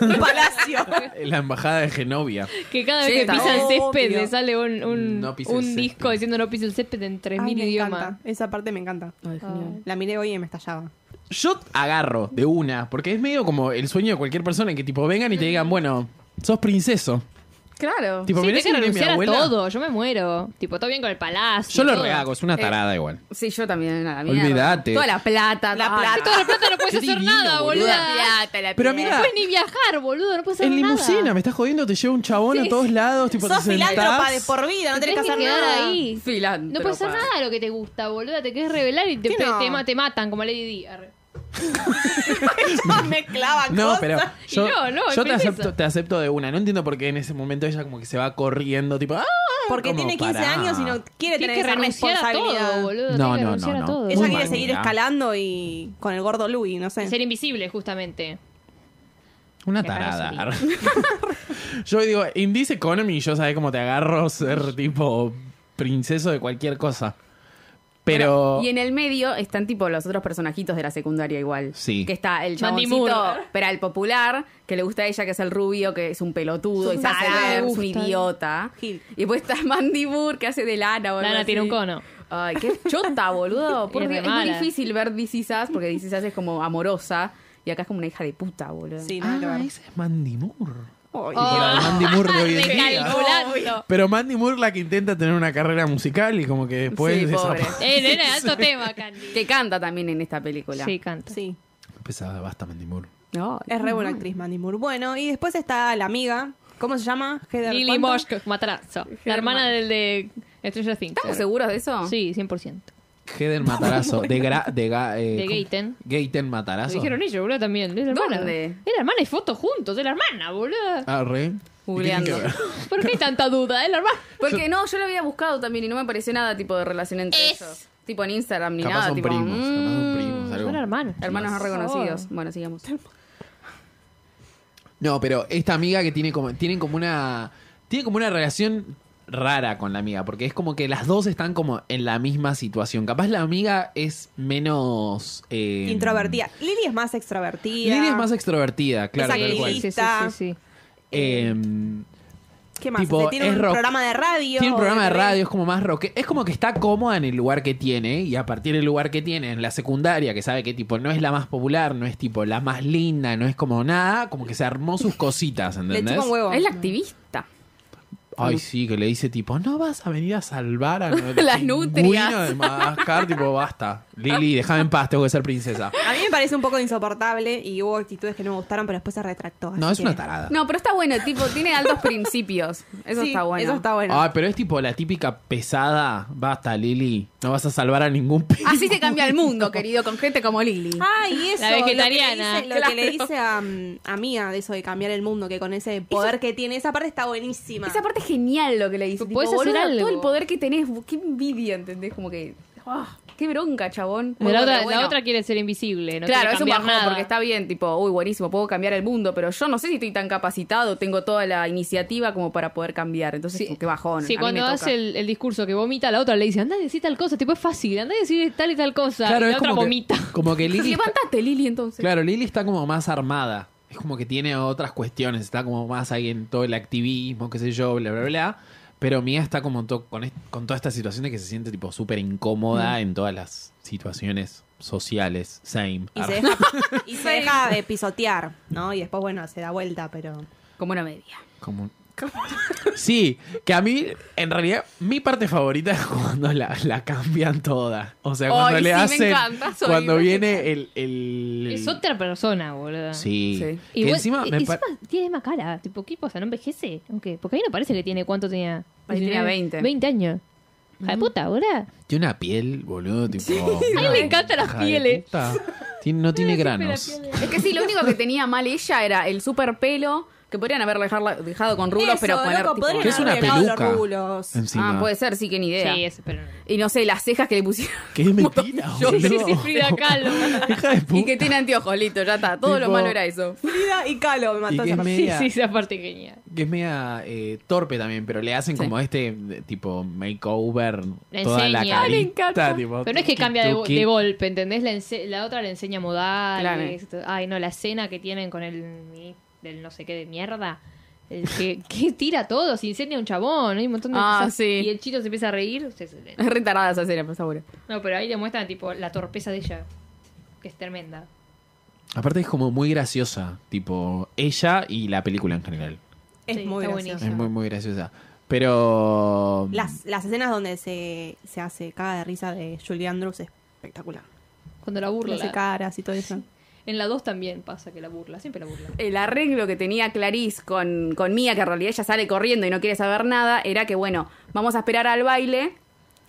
[SPEAKER 3] Un palacio.
[SPEAKER 1] la embajada de Genovia.
[SPEAKER 5] Que cada
[SPEAKER 2] Sí,
[SPEAKER 5] vez que
[SPEAKER 2] está
[SPEAKER 5] pisa el césped
[SPEAKER 3] obvio.
[SPEAKER 5] le sale un, un,
[SPEAKER 1] No pise el
[SPEAKER 5] un
[SPEAKER 1] césped.
[SPEAKER 5] disco diciendo no pise el césped en 3.000
[SPEAKER 3] Ay, Ah, me
[SPEAKER 5] idiomas.
[SPEAKER 3] encanta. Esa parte me encanta.
[SPEAKER 2] Ah.
[SPEAKER 3] La miré hoy y me estallaba.
[SPEAKER 1] Yo agarro de una, porque es medio como el sueño de cualquier persona en que tipo vengan y te digan, bueno, sos princeso.
[SPEAKER 5] Claro.
[SPEAKER 1] Tipo,
[SPEAKER 5] sí,
[SPEAKER 1] mirá
[SPEAKER 5] tengo
[SPEAKER 1] si
[SPEAKER 5] que
[SPEAKER 1] viene mi
[SPEAKER 5] renunciar a
[SPEAKER 1] abuela.
[SPEAKER 5] todo. Yo me muero. Tipo, todo bien con el palacio.
[SPEAKER 1] Yo lo
[SPEAKER 5] todo.
[SPEAKER 1] rehago, es una tarada igual.
[SPEAKER 2] Sí, yo también, a la mierda.
[SPEAKER 1] Olvídate.
[SPEAKER 2] Toda la plata.
[SPEAKER 3] La
[SPEAKER 2] toda-
[SPEAKER 3] plata.
[SPEAKER 5] Toda la plata no puedes
[SPEAKER 1] Qué
[SPEAKER 5] hacer
[SPEAKER 1] divino,
[SPEAKER 5] nada,
[SPEAKER 1] boluda.
[SPEAKER 5] boluda.
[SPEAKER 2] plata,
[SPEAKER 1] Pero
[SPEAKER 2] la plata.
[SPEAKER 1] mira,
[SPEAKER 5] No puedes ni viajar, boludo. No puedes hacer
[SPEAKER 1] En
[SPEAKER 5] nada.
[SPEAKER 1] limusina, me estás jodiendo, te lleva un chabón a todos lados, tipo,
[SPEAKER 3] Sos
[SPEAKER 1] te sentás.
[SPEAKER 3] filántropa de por vida, no tenés que
[SPEAKER 5] Tenés
[SPEAKER 3] hacer
[SPEAKER 5] que quedar
[SPEAKER 3] nada.
[SPEAKER 5] ahí.
[SPEAKER 2] Filántropa.
[SPEAKER 5] No puedes hacer nada de lo que te gusta, boluda. Te querés revelar y te,
[SPEAKER 3] Sí,
[SPEAKER 5] pe-
[SPEAKER 3] no.
[SPEAKER 5] te ma- te matan como Lady Di. Arre.
[SPEAKER 3] Yo mezclaba
[SPEAKER 1] No,
[SPEAKER 3] cosas.
[SPEAKER 1] pero
[SPEAKER 5] Y
[SPEAKER 1] yo,
[SPEAKER 5] no, no,
[SPEAKER 1] yo te,
[SPEAKER 5] es eso.
[SPEAKER 1] acepto, te acepto de una. No entiendo por qué en ese momento ella como que se va corriendo, tipo, ¡ah!
[SPEAKER 3] Porque
[SPEAKER 1] como,
[SPEAKER 3] tiene 15
[SPEAKER 1] pará.
[SPEAKER 3] años y no quiere tener
[SPEAKER 5] Tienes que
[SPEAKER 3] esa
[SPEAKER 5] renunciar a
[SPEAKER 3] responsabilidad.
[SPEAKER 5] todo, boludo.
[SPEAKER 1] No,
[SPEAKER 5] Tienes que
[SPEAKER 1] no,
[SPEAKER 5] renunciar
[SPEAKER 1] no,
[SPEAKER 5] a
[SPEAKER 1] no.
[SPEAKER 5] todo.
[SPEAKER 1] Muy
[SPEAKER 3] Ella
[SPEAKER 1] mal,
[SPEAKER 3] quiere seguir
[SPEAKER 1] mira.
[SPEAKER 3] escalando y con el gordo Louis, no sé.
[SPEAKER 5] Y Ser invisible, justamente.
[SPEAKER 1] Una
[SPEAKER 5] Qué raro
[SPEAKER 1] tarada. yo digo, in this economy, yo sabés cómo te agarro ser tipo princeso de cualquier cosa. Pero.
[SPEAKER 2] Y en el medio están tipo los otros personajitos de la secundaria igual.
[SPEAKER 1] Sí.
[SPEAKER 2] Que está el
[SPEAKER 5] Mandy
[SPEAKER 2] chaboncito,
[SPEAKER 5] Moore.
[SPEAKER 2] pero el popular, que le gusta a ella, que es el rubio, que es un pelotudo
[SPEAKER 3] Es
[SPEAKER 2] y
[SPEAKER 3] un
[SPEAKER 2] se hace
[SPEAKER 3] tarado.
[SPEAKER 2] ver,
[SPEAKER 3] Me
[SPEAKER 2] es un
[SPEAKER 3] gusta.
[SPEAKER 2] idiota.
[SPEAKER 3] Gil.
[SPEAKER 2] Y después está Mandy Moore, que hace de Lana, boludo.
[SPEAKER 5] Lana tiene un cono.
[SPEAKER 2] Ay, qué chota, boludo.
[SPEAKER 5] Es
[SPEAKER 2] Por
[SPEAKER 5] re
[SPEAKER 2] Dios, es muy
[SPEAKER 5] mala.
[SPEAKER 2] difícil ver This Is Us, porque This Is Us es como amorosa. Y acá es como una hija de puta, boludo.
[SPEAKER 3] Sí, nada que
[SPEAKER 1] Ah,
[SPEAKER 3] ver.
[SPEAKER 1] esa es Mandy Moore.
[SPEAKER 3] Ay,
[SPEAKER 2] Oh.
[SPEAKER 1] Tipo la de Mandy Moore de hoy en día.
[SPEAKER 5] Recalculando.
[SPEAKER 1] Pero Mandy Moore la que intenta tener una carrera musical y como que después
[SPEAKER 2] Sí, pobre.
[SPEAKER 1] desaparece.
[SPEAKER 5] Eh, nena, alto tema, Candy.
[SPEAKER 2] Que canta también en esta película.
[SPEAKER 5] Sí, canta.
[SPEAKER 3] Sí.
[SPEAKER 1] Pesada, basta Mandy Moore.
[SPEAKER 2] No,
[SPEAKER 3] Es re buena actriz Mandy Moore. Bueno, y después está la amiga. ¿Cómo se llama? Heather.
[SPEAKER 5] Lily
[SPEAKER 3] ¿cuánto?
[SPEAKER 5] Moshko, matarazo. La hermana del de Stranger Things.
[SPEAKER 2] ¿Estamos seguros de eso?
[SPEAKER 5] Sí, 100%.
[SPEAKER 1] Heder Matarazo. De, gra, de, ga- eh,
[SPEAKER 5] De
[SPEAKER 1] ¿cómo?
[SPEAKER 5] Gaten.
[SPEAKER 1] Gaten
[SPEAKER 5] Lo
[SPEAKER 1] Matarazo.
[SPEAKER 5] dijeron ellos, boludo, también. Es la hermana.
[SPEAKER 2] ¿Dónde?
[SPEAKER 5] Es la hermana y fotos juntos. Es la hermana, boludo.
[SPEAKER 1] Ah, re.
[SPEAKER 2] Googleando.
[SPEAKER 1] ¿Y qué tiene que ver?
[SPEAKER 5] ¿Por qué hay tanta duda? Es la hermana.
[SPEAKER 2] Porque no, yo lo había buscado también y no me apareció nada tipo de relación entre
[SPEAKER 5] Es.
[SPEAKER 2] ellos. Tipo en Instagram ni
[SPEAKER 1] Capaz
[SPEAKER 2] nada.
[SPEAKER 1] son
[SPEAKER 2] tipo,
[SPEAKER 1] primos. Capaz son
[SPEAKER 2] mm,
[SPEAKER 1] primos. algo.
[SPEAKER 5] Son hermanos.
[SPEAKER 2] Hermanos no
[SPEAKER 5] Por
[SPEAKER 2] reconocidos.
[SPEAKER 5] favor.
[SPEAKER 2] Bueno, sigamos.
[SPEAKER 1] No, pero esta amiga que tiene como, tienen como una. Tiene como una relación rara con la amiga, porque es como que las dos están como en la misma situación. Capaz la amiga es menos... eh,
[SPEAKER 3] Introvertida. Lily es más extrovertida.
[SPEAKER 1] Lili es más extrovertida, claro.
[SPEAKER 3] Exacto.
[SPEAKER 1] tal cual.
[SPEAKER 5] Sí, sí, sí,
[SPEAKER 3] Está.
[SPEAKER 5] sí, sí.
[SPEAKER 1] Eh,
[SPEAKER 3] ¿Qué más?
[SPEAKER 1] tipo,
[SPEAKER 3] O sea, tiene
[SPEAKER 1] es
[SPEAKER 3] un
[SPEAKER 1] rock.
[SPEAKER 3] programa de radio.
[SPEAKER 1] Tiene un programa de
[SPEAKER 3] TV.
[SPEAKER 1] radio, es como más rock. Es como que está cómoda en el lugar que tiene y a partir del lugar que tiene en la secundaria, que sabe que tipo no es la más popular, no es tipo la más linda, no es como nada, como que se armó sus cositas,
[SPEAKER 3] Le
[SPEAKER 1] ¿entendés?
[SPEAKER 3] chupa un huevo.
[SPEAKER 2] Es la activista.
[SPEAKER 1] Ay, sí, que le dice tipo, no vas a venir a salvar a
[SPEAKER 2] Las
[SPEAKER 1] pingüino
[SPEAKER 2] nutrias.
[SPEAKER 1] de Madagascar, tipo, basta. Lili, déjame en paz, tengo que ser princesa.
[SPEAKER 3] A mí me parece un poco insoportable y hubo actitudes que no me gustaron, pero después se retractó.
[SPEAKER 1] No,
[SPEAKER 3] así
[SPEAKER 1] es
[SPEAKER 3] que-
[SPEAKER 1] una tarada.
[SPEAKER 2] No, pero está bueno, tipo, tiene altos principios. Eso
[SPEAKER 3] Sí,
[SPEAKER 2] está bueno.
[SPEAKER 3] Eso está bueno.
[SPEAKER 1] Ah, pero es tipo la típica pesada, basta, Lili, no vas a salvar a ningún pi-
[SPEAKER 2] Así se cambia el mundo, querido, con gente como Lily.
[SPEAKER 3] Ah, y eso.
[SPEAKER 5] La vegetariana.
[SPEAKER 3] Lo que le dice, lo que le dice a, mm, a Mía de eso de cambiar el mundo, que con ese poder que tiene, esa parte está buenísima.
[SPEAKER 2] Esa parte es genial lo que le dice.
[SPEAKER 5] Podés
[SPEAKER 2] tipo,
[SPEAKER 5] Pues hacer
[SPEAKER 2] boluda,
[SPEAKER 5] algo.
[SPEAKER 2] Todo el poder que tenés, qué envidia, ¿entendés? Como que. ah, ¡Qué bronca, chabón!
[SPEAKER 5] La,
[SPEAKER 2] Muy bueno,
[SPEAKER 5] otra, la
[SPEAKER 2] bueno.
[SPEAKER 5] otra quiere ser invisible. No
[SPEAKER 2] claro,
[SPEAKER 5] quiere
[SPEAKER 2] es un
[SPEAKER 5] cambiar
[SPEAKER 2] bajón
[SPEAKER 5] nada.
[SPEAKER 2] porque está bien, tipo, uy, buenísimo, puedo cambiar el mundo, pero yo no sé si estoy tan capacitado, tengo toda la iniciativa como para poder cambiar. Entonces,
[SPEAKER 5] Sí.
[SPEAKER 2] qué bajón.
[SPEAKER 5] Sí,
[SPEAKER 2] a mí
[SPEAKER 5] cuando
[SPEAKER 2] me toca.
[SPEAKER 5] hace el, el discurso que vomita, la otra le dice, anda a decir tal cosa, tipo es fácil, anda a decir tal y tal cosa.
[SPEAKER 1] Claro,
[SPEAKER 5] y
[SPEAKER 1] es
[SPEAKER 5] la otra
[SPEAKER 1] como
[SPEAKER 5] vomita.
[SPEAKER 1] que, como que Lili está-
[SPEAKER 2] Levantate, Lili, entonces.
[SPEAKER 1] Claro, Lili está como más armada. Es como que tiene otras cuestiones. Está como más ahí en todo el activismo, qué sé yo, bla, bla, bla. Pero Mía está como to- con, est- con toda esta situación de que se siente tipo súper incómoda
[SPEAKER 2] Mm.
[SPEAKER 1] en todas las situaciones sociales. Same.
[SPEAKER 3] Y
[SPEAKER 1] Ar-
[SPEAKER 3] se, deja, y se deja de pisotear, ¿no? Y después, bueno, se da vuelta, pero.
[SPEAKER 2] Como una media.
[SPEAKER 1] Como un- Sí, que a mí, en realidad, mi parte favorita es cuando la, la cambian toda. O sea, cuando
[SPEAKER 2] Ay,
[SPEAKER 1] le
[SPEAKER 2] sí, me
[SPEAKER 1] hacen.
[SPEAKER 2] encanta, soy
[SPEAKER 1] cuando
[SPEAKER 2] muy-
[SPEAKER 1] viene el. el...
[SPEAKER 5] Es otra persona, boludo.
[SPEAKER 1] Sí.
[SPEAKER 2] Sí.
[SPEAKER 5] Y
[SPEAKER 1] Que
[SPEAKER 5] vos-
[SPEAKER 1] encima,
[SPEAKER 5] y-
[SPEAKER 1] me
[SPEAKER 5] encima
[SPEAKER 1] par-
[SPEAKER 5] tiene más cara. Tipo, ¿qué pasa? ¿No envejece? Aunque, porque a mí no parece que tiene cuánto tenía.
[SPEAKER 2] Ahí tenía 20.
[SPEAKER 5] 20 años. Hija de puta, boludo.
[SPEAKER 1] Tiene una piel, boludo, tipo. una
[SPEAKER 5] Ay, me encantan las
[SPEAKER 1] hija de
[SPEAKER 5] pieles.
[SPEAKER 1] puta. Tiene- no tiene granos.
[SPEAKER 2] Es que sí, lo único que tenía mal ella era el super pelo, que podrían haber dejarla- dejado con rulos,
[SPEAKER 3] Eso,
[SPEAKER 2] pero poner
[SPEAKER 3] loco,
[SPEAKER 2] tipo-
[SPEAKER 3] podrían
[SPEAKER 1] Que es una
[SPEAKER 3] haber arreglado los
[SPEAKER 1] peluca.
[SPEAKER 3] rulos.
[SPEAKER 1] Encima.
[SPEAKER 2] Ah, puede ser, sí, que ni idea.
[SPEAKER 5] Sí, eso, pero no.
[SPEAKER 2] Y no sé, las cejas que le pusieron.
[SPEAKER 1] Que es mentira,
[SPEAKER 2] Yo-
[SPEAKER 1] boludo.
[SPEAKER 5] Sí, sí, Frida Kahlo.
[SPEAKER 1] Hija de
[SPEAKER 2] Y
[SPEAKER 1] puta.
[SPEAKER 2] que tiene anteojos, listo, ya está. Todo lo
[SPEAKER 1] Tipo-
[SPEAKER 2] malo era eso.
[SPEAKER 3] Frida y Calo me
[SPEAKER 1] Y
[SPEAKER 3] mató
[SPEAKER 1] que
[SPEAKER 3] esa
[SPEAKER 1] es
[SPEAKER 3] parte.
[SPEAKER 5] Sí,
[SPEAKER 1] media,
[SPEAKER 5] sí, esa parte es genial.
[SPEAKER 1] que es media, eh, torpe también, pero le hacen
[SPEAKER 2] Sí.
[SPEAKER 1] como este eh, tipo makeover.
[SPEAKER 5] Le
[SPEAKER 1] toda la
[SPEAKER 5] enseña. Ay, me
[SPEAKER 1] carita. tipo,
[SPEAKER 5] Pero no es que cambia de, go-
[SPEAKER 1] tuki.
[SPEAKER 5] de golpe, ¿entendés? La, ense- la otra le enseña modales. Ay, no, la escena que tienen con el mi- del no sé qué de mierda. El que, que tira todo, se incendia un chabón, hay un montón de
[SPEAKER 2] Ah,
[SPEAKER 5] cosas.
[SPEAKER 2] sí.
[SPEAKER 5] Y el chito se empieza a reír. o sea, se-
[SPEAKER 2] Es retardada esa escena, por seguro.
[SPEAKER 5] No, pero ahí demuestran tipo la torpeza de ella, que es tremenda.
[SPEAKER 1] Aparte es como muy graciosa, tipo ella y la película en general.
[SPEAKER 3] Es
[SPEAKER 5] Sí,
[SPEAKER 3] muy gracioso.
[SPEAKER 5] está buenísimo.
[SPEAKER 1] Es muy, muy graciosa. Pero.
[SPEAKER 3] Las, las escenas donde se, se hace caga de risa de Julie Andrews es espectacular.
[SPEAKER 5] Cuando la
[SPEAKER 3] Le
[SPEAKER 5] burla.
[SPEAKER 3] hace caras y todo eso.
[SPEAKER 5] En la 2 también pasa que la burla, siempre la burla.
[SPEAKER 2] el arreglo que tenía Clarice con, con Mía, que en realidad ella sale corriendo y no quiere saber nada, era que, bueno, vamos a esperar al baile,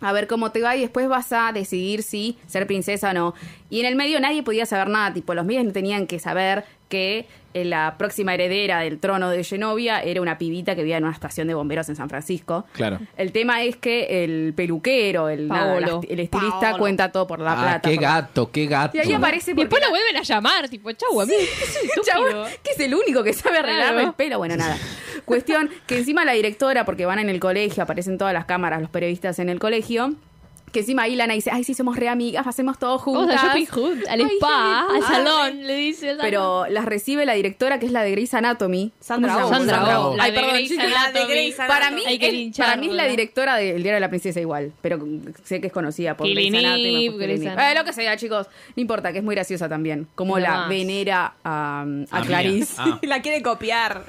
[SPEAKER 2] a ver cómo te va y después vas a decidir si ser princesa o no. Y en el medio nadie podía saber nada, tipo, los medios no tenían que saber que eh, la próxima heredera del trono de Genovia era una pibita que vivía en una estación de bomberos en San Francisco.
[SPEAKER 1] Claro.
[SPEAKER 2] El tema es que el peluquero, el, nada,
[SPEAKER 5] Paolo.
[SPEAKER 2] el estilista
[SPEAKER 3] Paolo.
[SPEAKER 2] cuenta todo por la
[SPEAKER 1] Ah,
[SPEAKER 2] plata.
[SPEAKER 1] qué
[SPEAKER 2] por-
[SPEAKER 1] gato, qué gato.
[SPEAKER 2] Y ahí aparece porque
[SPEAKER 5] Después la
[SPEAKER 2] la-
[SPEAKER 5] vuelven a llamar, tipo, chau, amigo. ¿qué es
[SPEAKER 2] el
[SPEAKER 5] estúpido?
[SPEAKER 2] chabón que es el único que sabe arreglarme
[SPEAKER 5] Claro.
[SPEAKER 2] el pelo. Bueno, nada. Cuestión que encima la directora, porque van en el colegio, aparecen todas las cámaras, los periodistas en el colegio. Que encima ahí Lana dice, ay, sí, somos re amigas, hacemos todo juntas.
[SPEAKER 5] Vamos a shopping juntos, al
[SPEAKER 2] Ay,
[SPEAKER 5] spa,
[SPEAKER 2] hija de
[SPEAKER 5] al
[SPEAKER 2] puta.
[SPEAKER 5] salón, le dice el
[SPEAKER 2] Pero las recibe la directora, que es la de Grey's Anatomy.
[SPEAKER 3] Sandra
[SPEAKER 2] ¿Cómo
[SPEAKER 3] Oh.
[SPEAKER 2] se llama?
[SPEAKER 5] Sandra Oh, la
[SPEAKER 2] Ay,
[SPEAKER 5] de
[SPEAKER 2] perdón,
[SPEAKER 5] Grey's
[SPEAKER 2] chicos.
[SPEAKER 5] Anatomy.
[SPEAKER 2] Para mí,
[SPEAKER 5] Hay que
[SPEAKER 2] es, para mí es la
[SPEAKER 5] lincharla.
[SPEAKER 2] directora del Diario de la Princesa igual, pero sé que es conocida por
[SPEAKER 5] Killing
[SPEAKER 2] Grey's Anatomy.
[SPEAKER 5] Eve,
[SPEAKER 2] por
[SPEAKER 5] Grey's
[SPEAKER 2] Killing Eve.
[SPEAKER 5] Anatomy.
[SPEAKER 2] Eh, lo que sea, chicos. No importa, que es muy graciosa también. Como
[SPEAKER 5] Nada
[SPEAKER 2] la
[SPEAKER 5] más.
[SPEAKER 2] venera a, a
[SPEAKER 1] Ah,
[SPEAKER 2] Clarice.
[SPEAKER 1] mira. Ah.
[SPEAKER 3] La quiere copiar.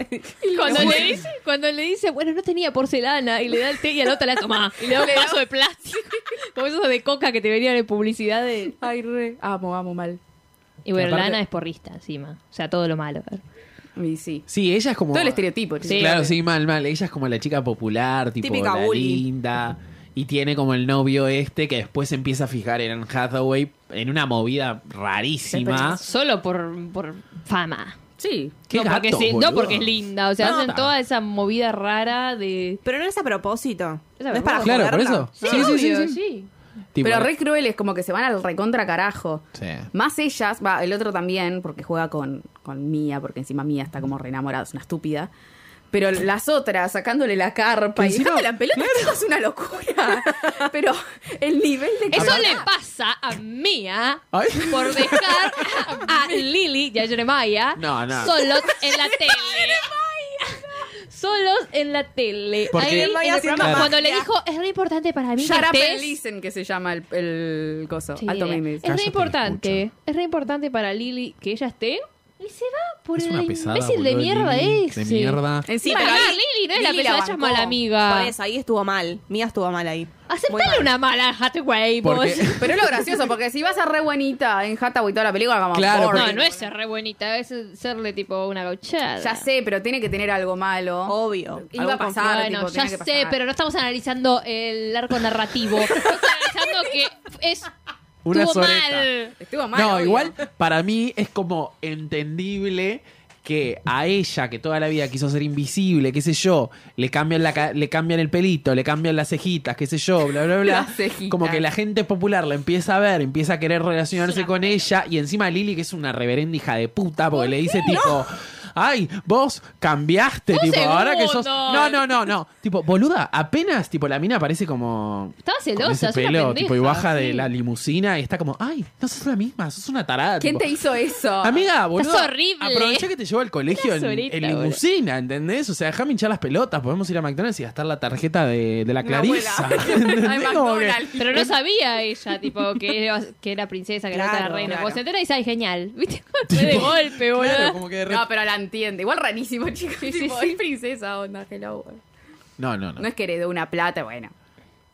[SPEAKER 5] Cuando le, dice, cuando le dice, bueno, no tenía porcelana, y le da el té y a la otra la toma. Y le da un vaso de plástico. Como esos de coca que te venían en publicidad. de-
[SPEAKER 2] Ay, re. Amo, amo mal.
[SPEAKER 5] Y bueno,
[SPEAKER 1] Aparte-
[SPEAKER 5] Lana es porrista encima. O sea, todo lo malo.
[SPEAKER 2] Y sí.
[SPEAKER 1] Sí, ella es como.
[SPEAKER 2] Todo el estereotipo.
[SPEAKER 5] Sí.
[SPEAKER 1] Claro, sí, mal, mal. Ella es como la chica popular, tipo
[SPEAKER 3] Típica
[SPEAKER 1] la
[SPEAKER 3] bully.
[SPEAKER 1] linda. Y tiene como el novio este que después se empieza a fijar en Anne Hathaway en una movida rarísima.
[SPEAKER 5] Solo por, por fama.
[SPEAKER 2] Sí.
[SPEAKER 1] Qué
[SPEAKER 5] no, porque
[SPEAKER 1] gatos,
[SPEAKER 5] sí- no
[SPEAKER 1] boludo.
[SPEAKER 5] porque es linda. O sea,
[SPEAKER 1] No,
[SPEAKER 5] hacen
[SPEAKER 1] está.
[SPEAKER 5] toda esa movida rara de.
[SPEAKER 3] Pero no es a propósito.
[SPEAKER 5] Es a
[SPEAKER 3] No es para
[SPEAKER 1] Claro, por
[SPEAKER 3] joderla.
[SPEAKER 1] eso. Sí, sí, sí,
[SPEAKER 5] obvio,
[SPEAKER 1] sí. Tipo,
[SPEAKER 2] Pero re crueles, como que se van al recontra carajo.
[SPEAKER 1] Sí.
[SPEAKER 2] Más ellas, va, el otro también, porque juega con, con Mía, porque encima Mía está como reenamorada, es una estúpida. Pero las otras, sacándole la carpa
[SPEAKER 1] Que
[SPEAKER 2] y
[SPEAKER 1] encima-
[SPEAKER 2] dejándola en pelota, chicos, es una locura. Pero el nivel de
[SPEAKER 5] Eso
[SPEAKER 2] crueldad-
[SPEAKER 5] le pasa a Mía
[SPEAKER 1] Ay.
[SPEAKER 5] por dejar a Lily y a Jeremiah
[SPEAKER 1] No, no.
[SPEAKER 5] solos en la tele. solos en la tele.
[SPEAKER 1] Porque-
[SPEAKER 5] Ahí, en el
[SPEAKER 3] Jeremiah
[SPEAKER 5] programa,
[SPEAKER 1] haciendo
[SPEAKER 5] cuando le
[SPEAKER 3] magia.
[SPEAKER 5] dijo, es re importante para mí
[SPEAKER 2] Shut up
[SPEAKER 5] que
[SPEAKER 2] and
[SPEAKER 5] estés...
[SPEAKER 2] listen, que se llama el, el coso.
[SPEAKER 5] Sí, eh,
[SPEAKER 2] Alto meme.
[SPEAKER 5] es re
[SPEAKER 1] Cállate y
[SPEAKER 5] importante, es re importante para Lily que ella esté y se va por
[SPEAKER 1] Es una
[SPEAKER 5] el
[SPEAKER 1] pesada.
[SPEAKER 5] imbécil de
[SPEAKER 1] boludo,
[SPEAKER 5] mierda
[SPEAKER 1] Lily,
[SPEAKER 5] ese. Eh,
[SPEAKER 1] De mierda.
[SPEAKER 2] Encima,
[SPEAKER 5] Y pará,
[SPEAKER 2] ahí-
[SPEAKER 5] Lily no es la
[SPEAKER 2] Lily
[SPEAKER 5] pesada, ella es
[SPEAKER 2] bancó.
[SPEAKER 5] mala amiga.
[SPEAKER 3] Por eso, ahí estuvo mal. Mía estuvo mal ahí. Muy
[SPEAKER 5] Aceptale
[SPEAKER 3] mal.
[SPEAKER 5] una mala Hathaway, vos.
[SPEAKER 1] Porque-
[SPEAKER 2] Pero es lo gracioso, porque si vas a ser re buenita en Hathaway toda la película, vamos
[SPEAKER 1] Claro,
[SPEAKER 2] boring.
[SPEAKER 5] No, no es ser re bonita, es serle tipo una gauchada.
[SPEAKER 2] Ya sé, pero tiene que tener algo malo.
[SPEAKER 3] Obvio.
[SPEAKER 2] Iba a
[SPEAKER 3] Algo con-
[SPEAKER 2] pasar,
[SPEAKER 5] Bueno,
[SPEAKER 2] tipo,
[SPEAKER 5] ya
[SPEAKER 2] tenía
[SPEAKER 5] sé,
[SPEAKER 2] que pasar.
[SPEAKER 5] pero no estamos analizando el arco narrativo. Estamos analizando que es
[SPEAKER 1] Una
[SPEAKER 5] estuvo
[SPEAKER 1] soreta.
[SPEAKER 5] mal.
[SPEAKER 2] Estuvo mal.
[SPEAKER 1] No,
[SPEAKER 2] obvio.
[SPEAKER 1] igual para mí es como entendible que a ella, que toda la vida quiso ser invisible, qué sé yo, le cambian, la, ca- le cambian el pelito, le cambian las cejitas, qué sé yo, bla, bla, bla.
[SPEAKER 2] Las cejitas.
[SPEAKER 1] Como que la gente popular la empieza a ver, empieza a querer relacionarse
[SPEAKER 5] una
[SPEAKER 1] con ella y encima Lili, que es una reverenda hija de puta, porque le dice tipo... Ay, vos cambiaste,
[SPEAKER 5] Un
[SPEAKER 1] tipo, ahora que sos.
[SPEAKER 5] segundo.
[SPEAKER 1] No, no, no, no. Tipo, boluda, apenas, tipo, la mina parece como.
[SPEAKER 5] Estaba
[SPEAKER 1] con ese
[SPEAKER 5] celosa, es una
[SPEAKER 1] pelo,
[SPEAKER 5] pendeja,
[SPEAKER 1] tipo, y baja de
[SPEAKER 5] sí.
[SPEAKER 1] la limusina y está como, ay, no sos la misma, sos una tarada.
[SPEAKER 2] ¿Quién
[SPEAKER 1] tipo.
[SPEAKER 2] te hizo eso?
[SPEAKER 1] Amiga, boludo.
[SPEAKER 5] horrible.
[SPEAKER 1] Aprovecha que te llevo al colegio en,
[SPEAKER 5] Estás horita,
[SPEAKER 1] en
[SPEAKER 5] boludo.
[SPEAKER 1] limusina, ¿entendés? O sea, déjame hinchar las pelotas. Podemos ir a McDonald's y gastar la tarjeta de, de la Clarisa. ¿entendés?
[SPEAKER 2] Ay,
[SPEAKER 1] Como que-
[SPEAKER 2] McDonald's.
[SPEAKER 5] Pero no sabía ella, tipo, que era, que era princesa, que no era
[SPEAKER 3] Claro,
[SPEAKER 5] la reina.
[SPEAKER 3] claro.
[SPEAKER 5] Vos se entera y sabes, genial. ¿Viste? Fue de golpe, boludo.
[SPEAKER 1] Claro, como que de re-
[SPEAKER 2] No, pero la entiende. Igual rarísimo, chicos.
[SPEAKER 5] Sí, sí,
[SPEAKER 2] tipo,
[SPEAKER 5] sí.
[SPEAKER 2] Es princesa, onda, hello.
[SPEAKER 1] No, no, no.
[SPEAKER 2] No es que heredó una plata, bueno.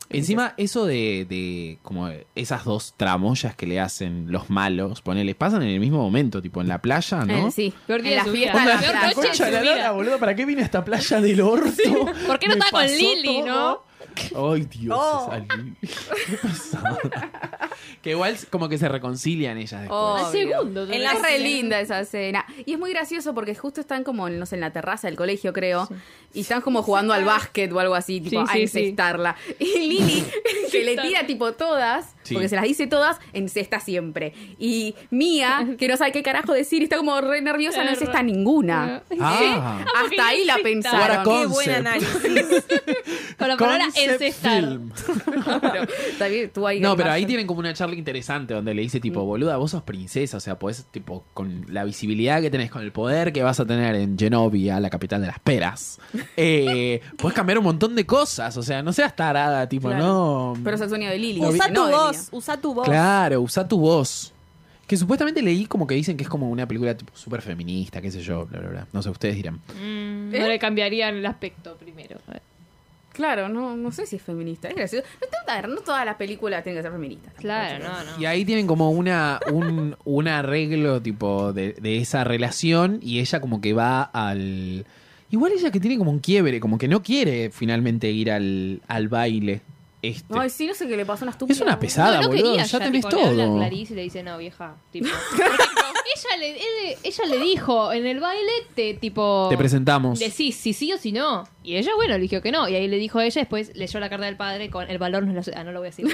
[SPEAKER 1] Encima, eso de, de como esas dos tramoyas que le hacen los malos, ponele, pasan en el mismo momento, tipo en la playa, ¿no?
[SPEAKER 2] Eh, sí.
[SPEAKER 5] Peor día de
[SPEAKER 2] en la
[SPEAKER 5] su
[SPEAKER 2] fiesta,
[SPEAKER 5] vida.
[SPEAKER 2] en la
[SPEAKER 5] Peor
[SPEAKER 2] playa.
[SPEAKER 5] noche.
[SPEAKER 1] Concha de la
[SPEAKER 5] Mira.
[SPEAKER 1] lora, boludo, ¿para qué vine a esta playa del orto?
[SPEAKER 5] ¿Por qué no
[SPEAKER 1] Me
[SPEAKER 5] estaba con
[SPEAKER 1] pasó
[SPEAKER 5] Lili,
[SPEAKER 1] todo. Ay, Dios,
[SPEAKER 3] Oh.
[SPEAKER 1] esa Lili. Qué pesada. que igual como que se reconcilian ellas después.
[SPEAKER 2] Oh.
[SPEAKER 5] Al segundo.
[SPEAKER 3] En la
[SPEAKER 2] Es re
[SPEAKER 3] escena.
[SPEAKER 2] linda esa escena. Y es muy gracioso porque justo están como, no sé, en la terraza del colegio, creo. Y están como jugando al básquet o algo así, tipo,
[SPEAKER 5] Sí,
[SPEAKER 2] a
[SPEAKER 5] sí, sí.
[SPEAKER 2] encestarla. Y Lili, que le tira tipo todas,
[SPEAKER 1] Sí.
[SPEAKER 2] porque se las dice todas, encesta siempre. Y Mía, que no sabe qué carajo decir, está como re nerviosa, no encesta ninguna.
[SPEAKER 1] Ah.
[SPEAKER 2] Hasta ahí la
[SPEAKER 1] What a
[SPEAKER 2] pensaron.
[SPEAKER 1] co-
[SPEAKER 3] Qué buen
[SPEAKER 1] Concept.
[SPEAKER 3] análisis.
[SPEAKER 5] Con la palabra
[SPEAKER 1] Concept
[SPEAKER 5] encestar.
[SPEAKER 1] film.
[SPEAKER 2] Pero, está bien, tú ahí
[SPEAKER 1] No, pero
[SPEAKER 2] imagen.
[SPEAKER 1] ahí tienen como una charla interesante donde le dice
[SPEAKER 5] Mm.
[SPEAKER 1] tipo, boluda, vos sos princesa, o sea, podés, tipo, con la visibilidad que tenés, con el poder que vas a tener en Genovia, la capital de las peras, eh, podés cambiar un montón de cosas, o sea, no seas tarada, tipo,
[SPEAKER 2] Claro.
[SPEAKER 1] no...
[SPEAKER 2] Pero es el sueño de Lili.
[SPEAKER 3] Usa
[SPEAKER 2] que
[SPEAKER 3] tu
[SPEAKER 2] no de
[SPEAKER 3] voz.
[SPEAKER 2] Mía.
[SPEAKER 3] Usa tu voz.
[SPEAKER 1] Claro, usa tu voz. Que supuestamente leí como que dicen que es como una película tipo súper feminista, qué sé yo, bla, bla, bla. No sé, ustedes dirán.
[SPEAKER 5] Mm, No le cambiarían el aspecto primero.
[SPEAKER 2] Claro, no, no sé si es feminista. Es gracioso. No, tengo- a ver, no toda la película tiene que ser feminista. tampoco,
[SPEAKER 5] Claro,
[SPEAKER 2] chicos.
[SPEAKER 5] no, no.
[SPEAKER 1] Y ahí tienen como una, un, un arreglo tipo de, de esa relación y ella como que va al... Igual ella que tiene como un quiebre, como que no quiere finalmente ir al, al baile este.
[SPEAKER 2] Ay, sí, no sé qué le pasó a una estúpida.
[SPEAKER 1] es una pesada,
[SPEAKER 5] No, no
[SPEAKER 1] boludo.
[SPEAKER 5] quería
[SPEAKER 1] Ya, tenés
[SPEAKER 5] tipo, Le habla a
[SPEAKER 1] todo.
[SPEAKER 5] Clarice y le dice, no, vieja. Tipo, ella, le, él- ella le dijo, en el baile te, tipo...
[SPEAKER 1] Te presentamos.
[SPEAKER 5] Decís si sí o si no. Y ella, bueno, eligió que no. Y ahí le dijo ella, después leyó la carta del padre con el valor no es la... Ah, no lo voy a decir.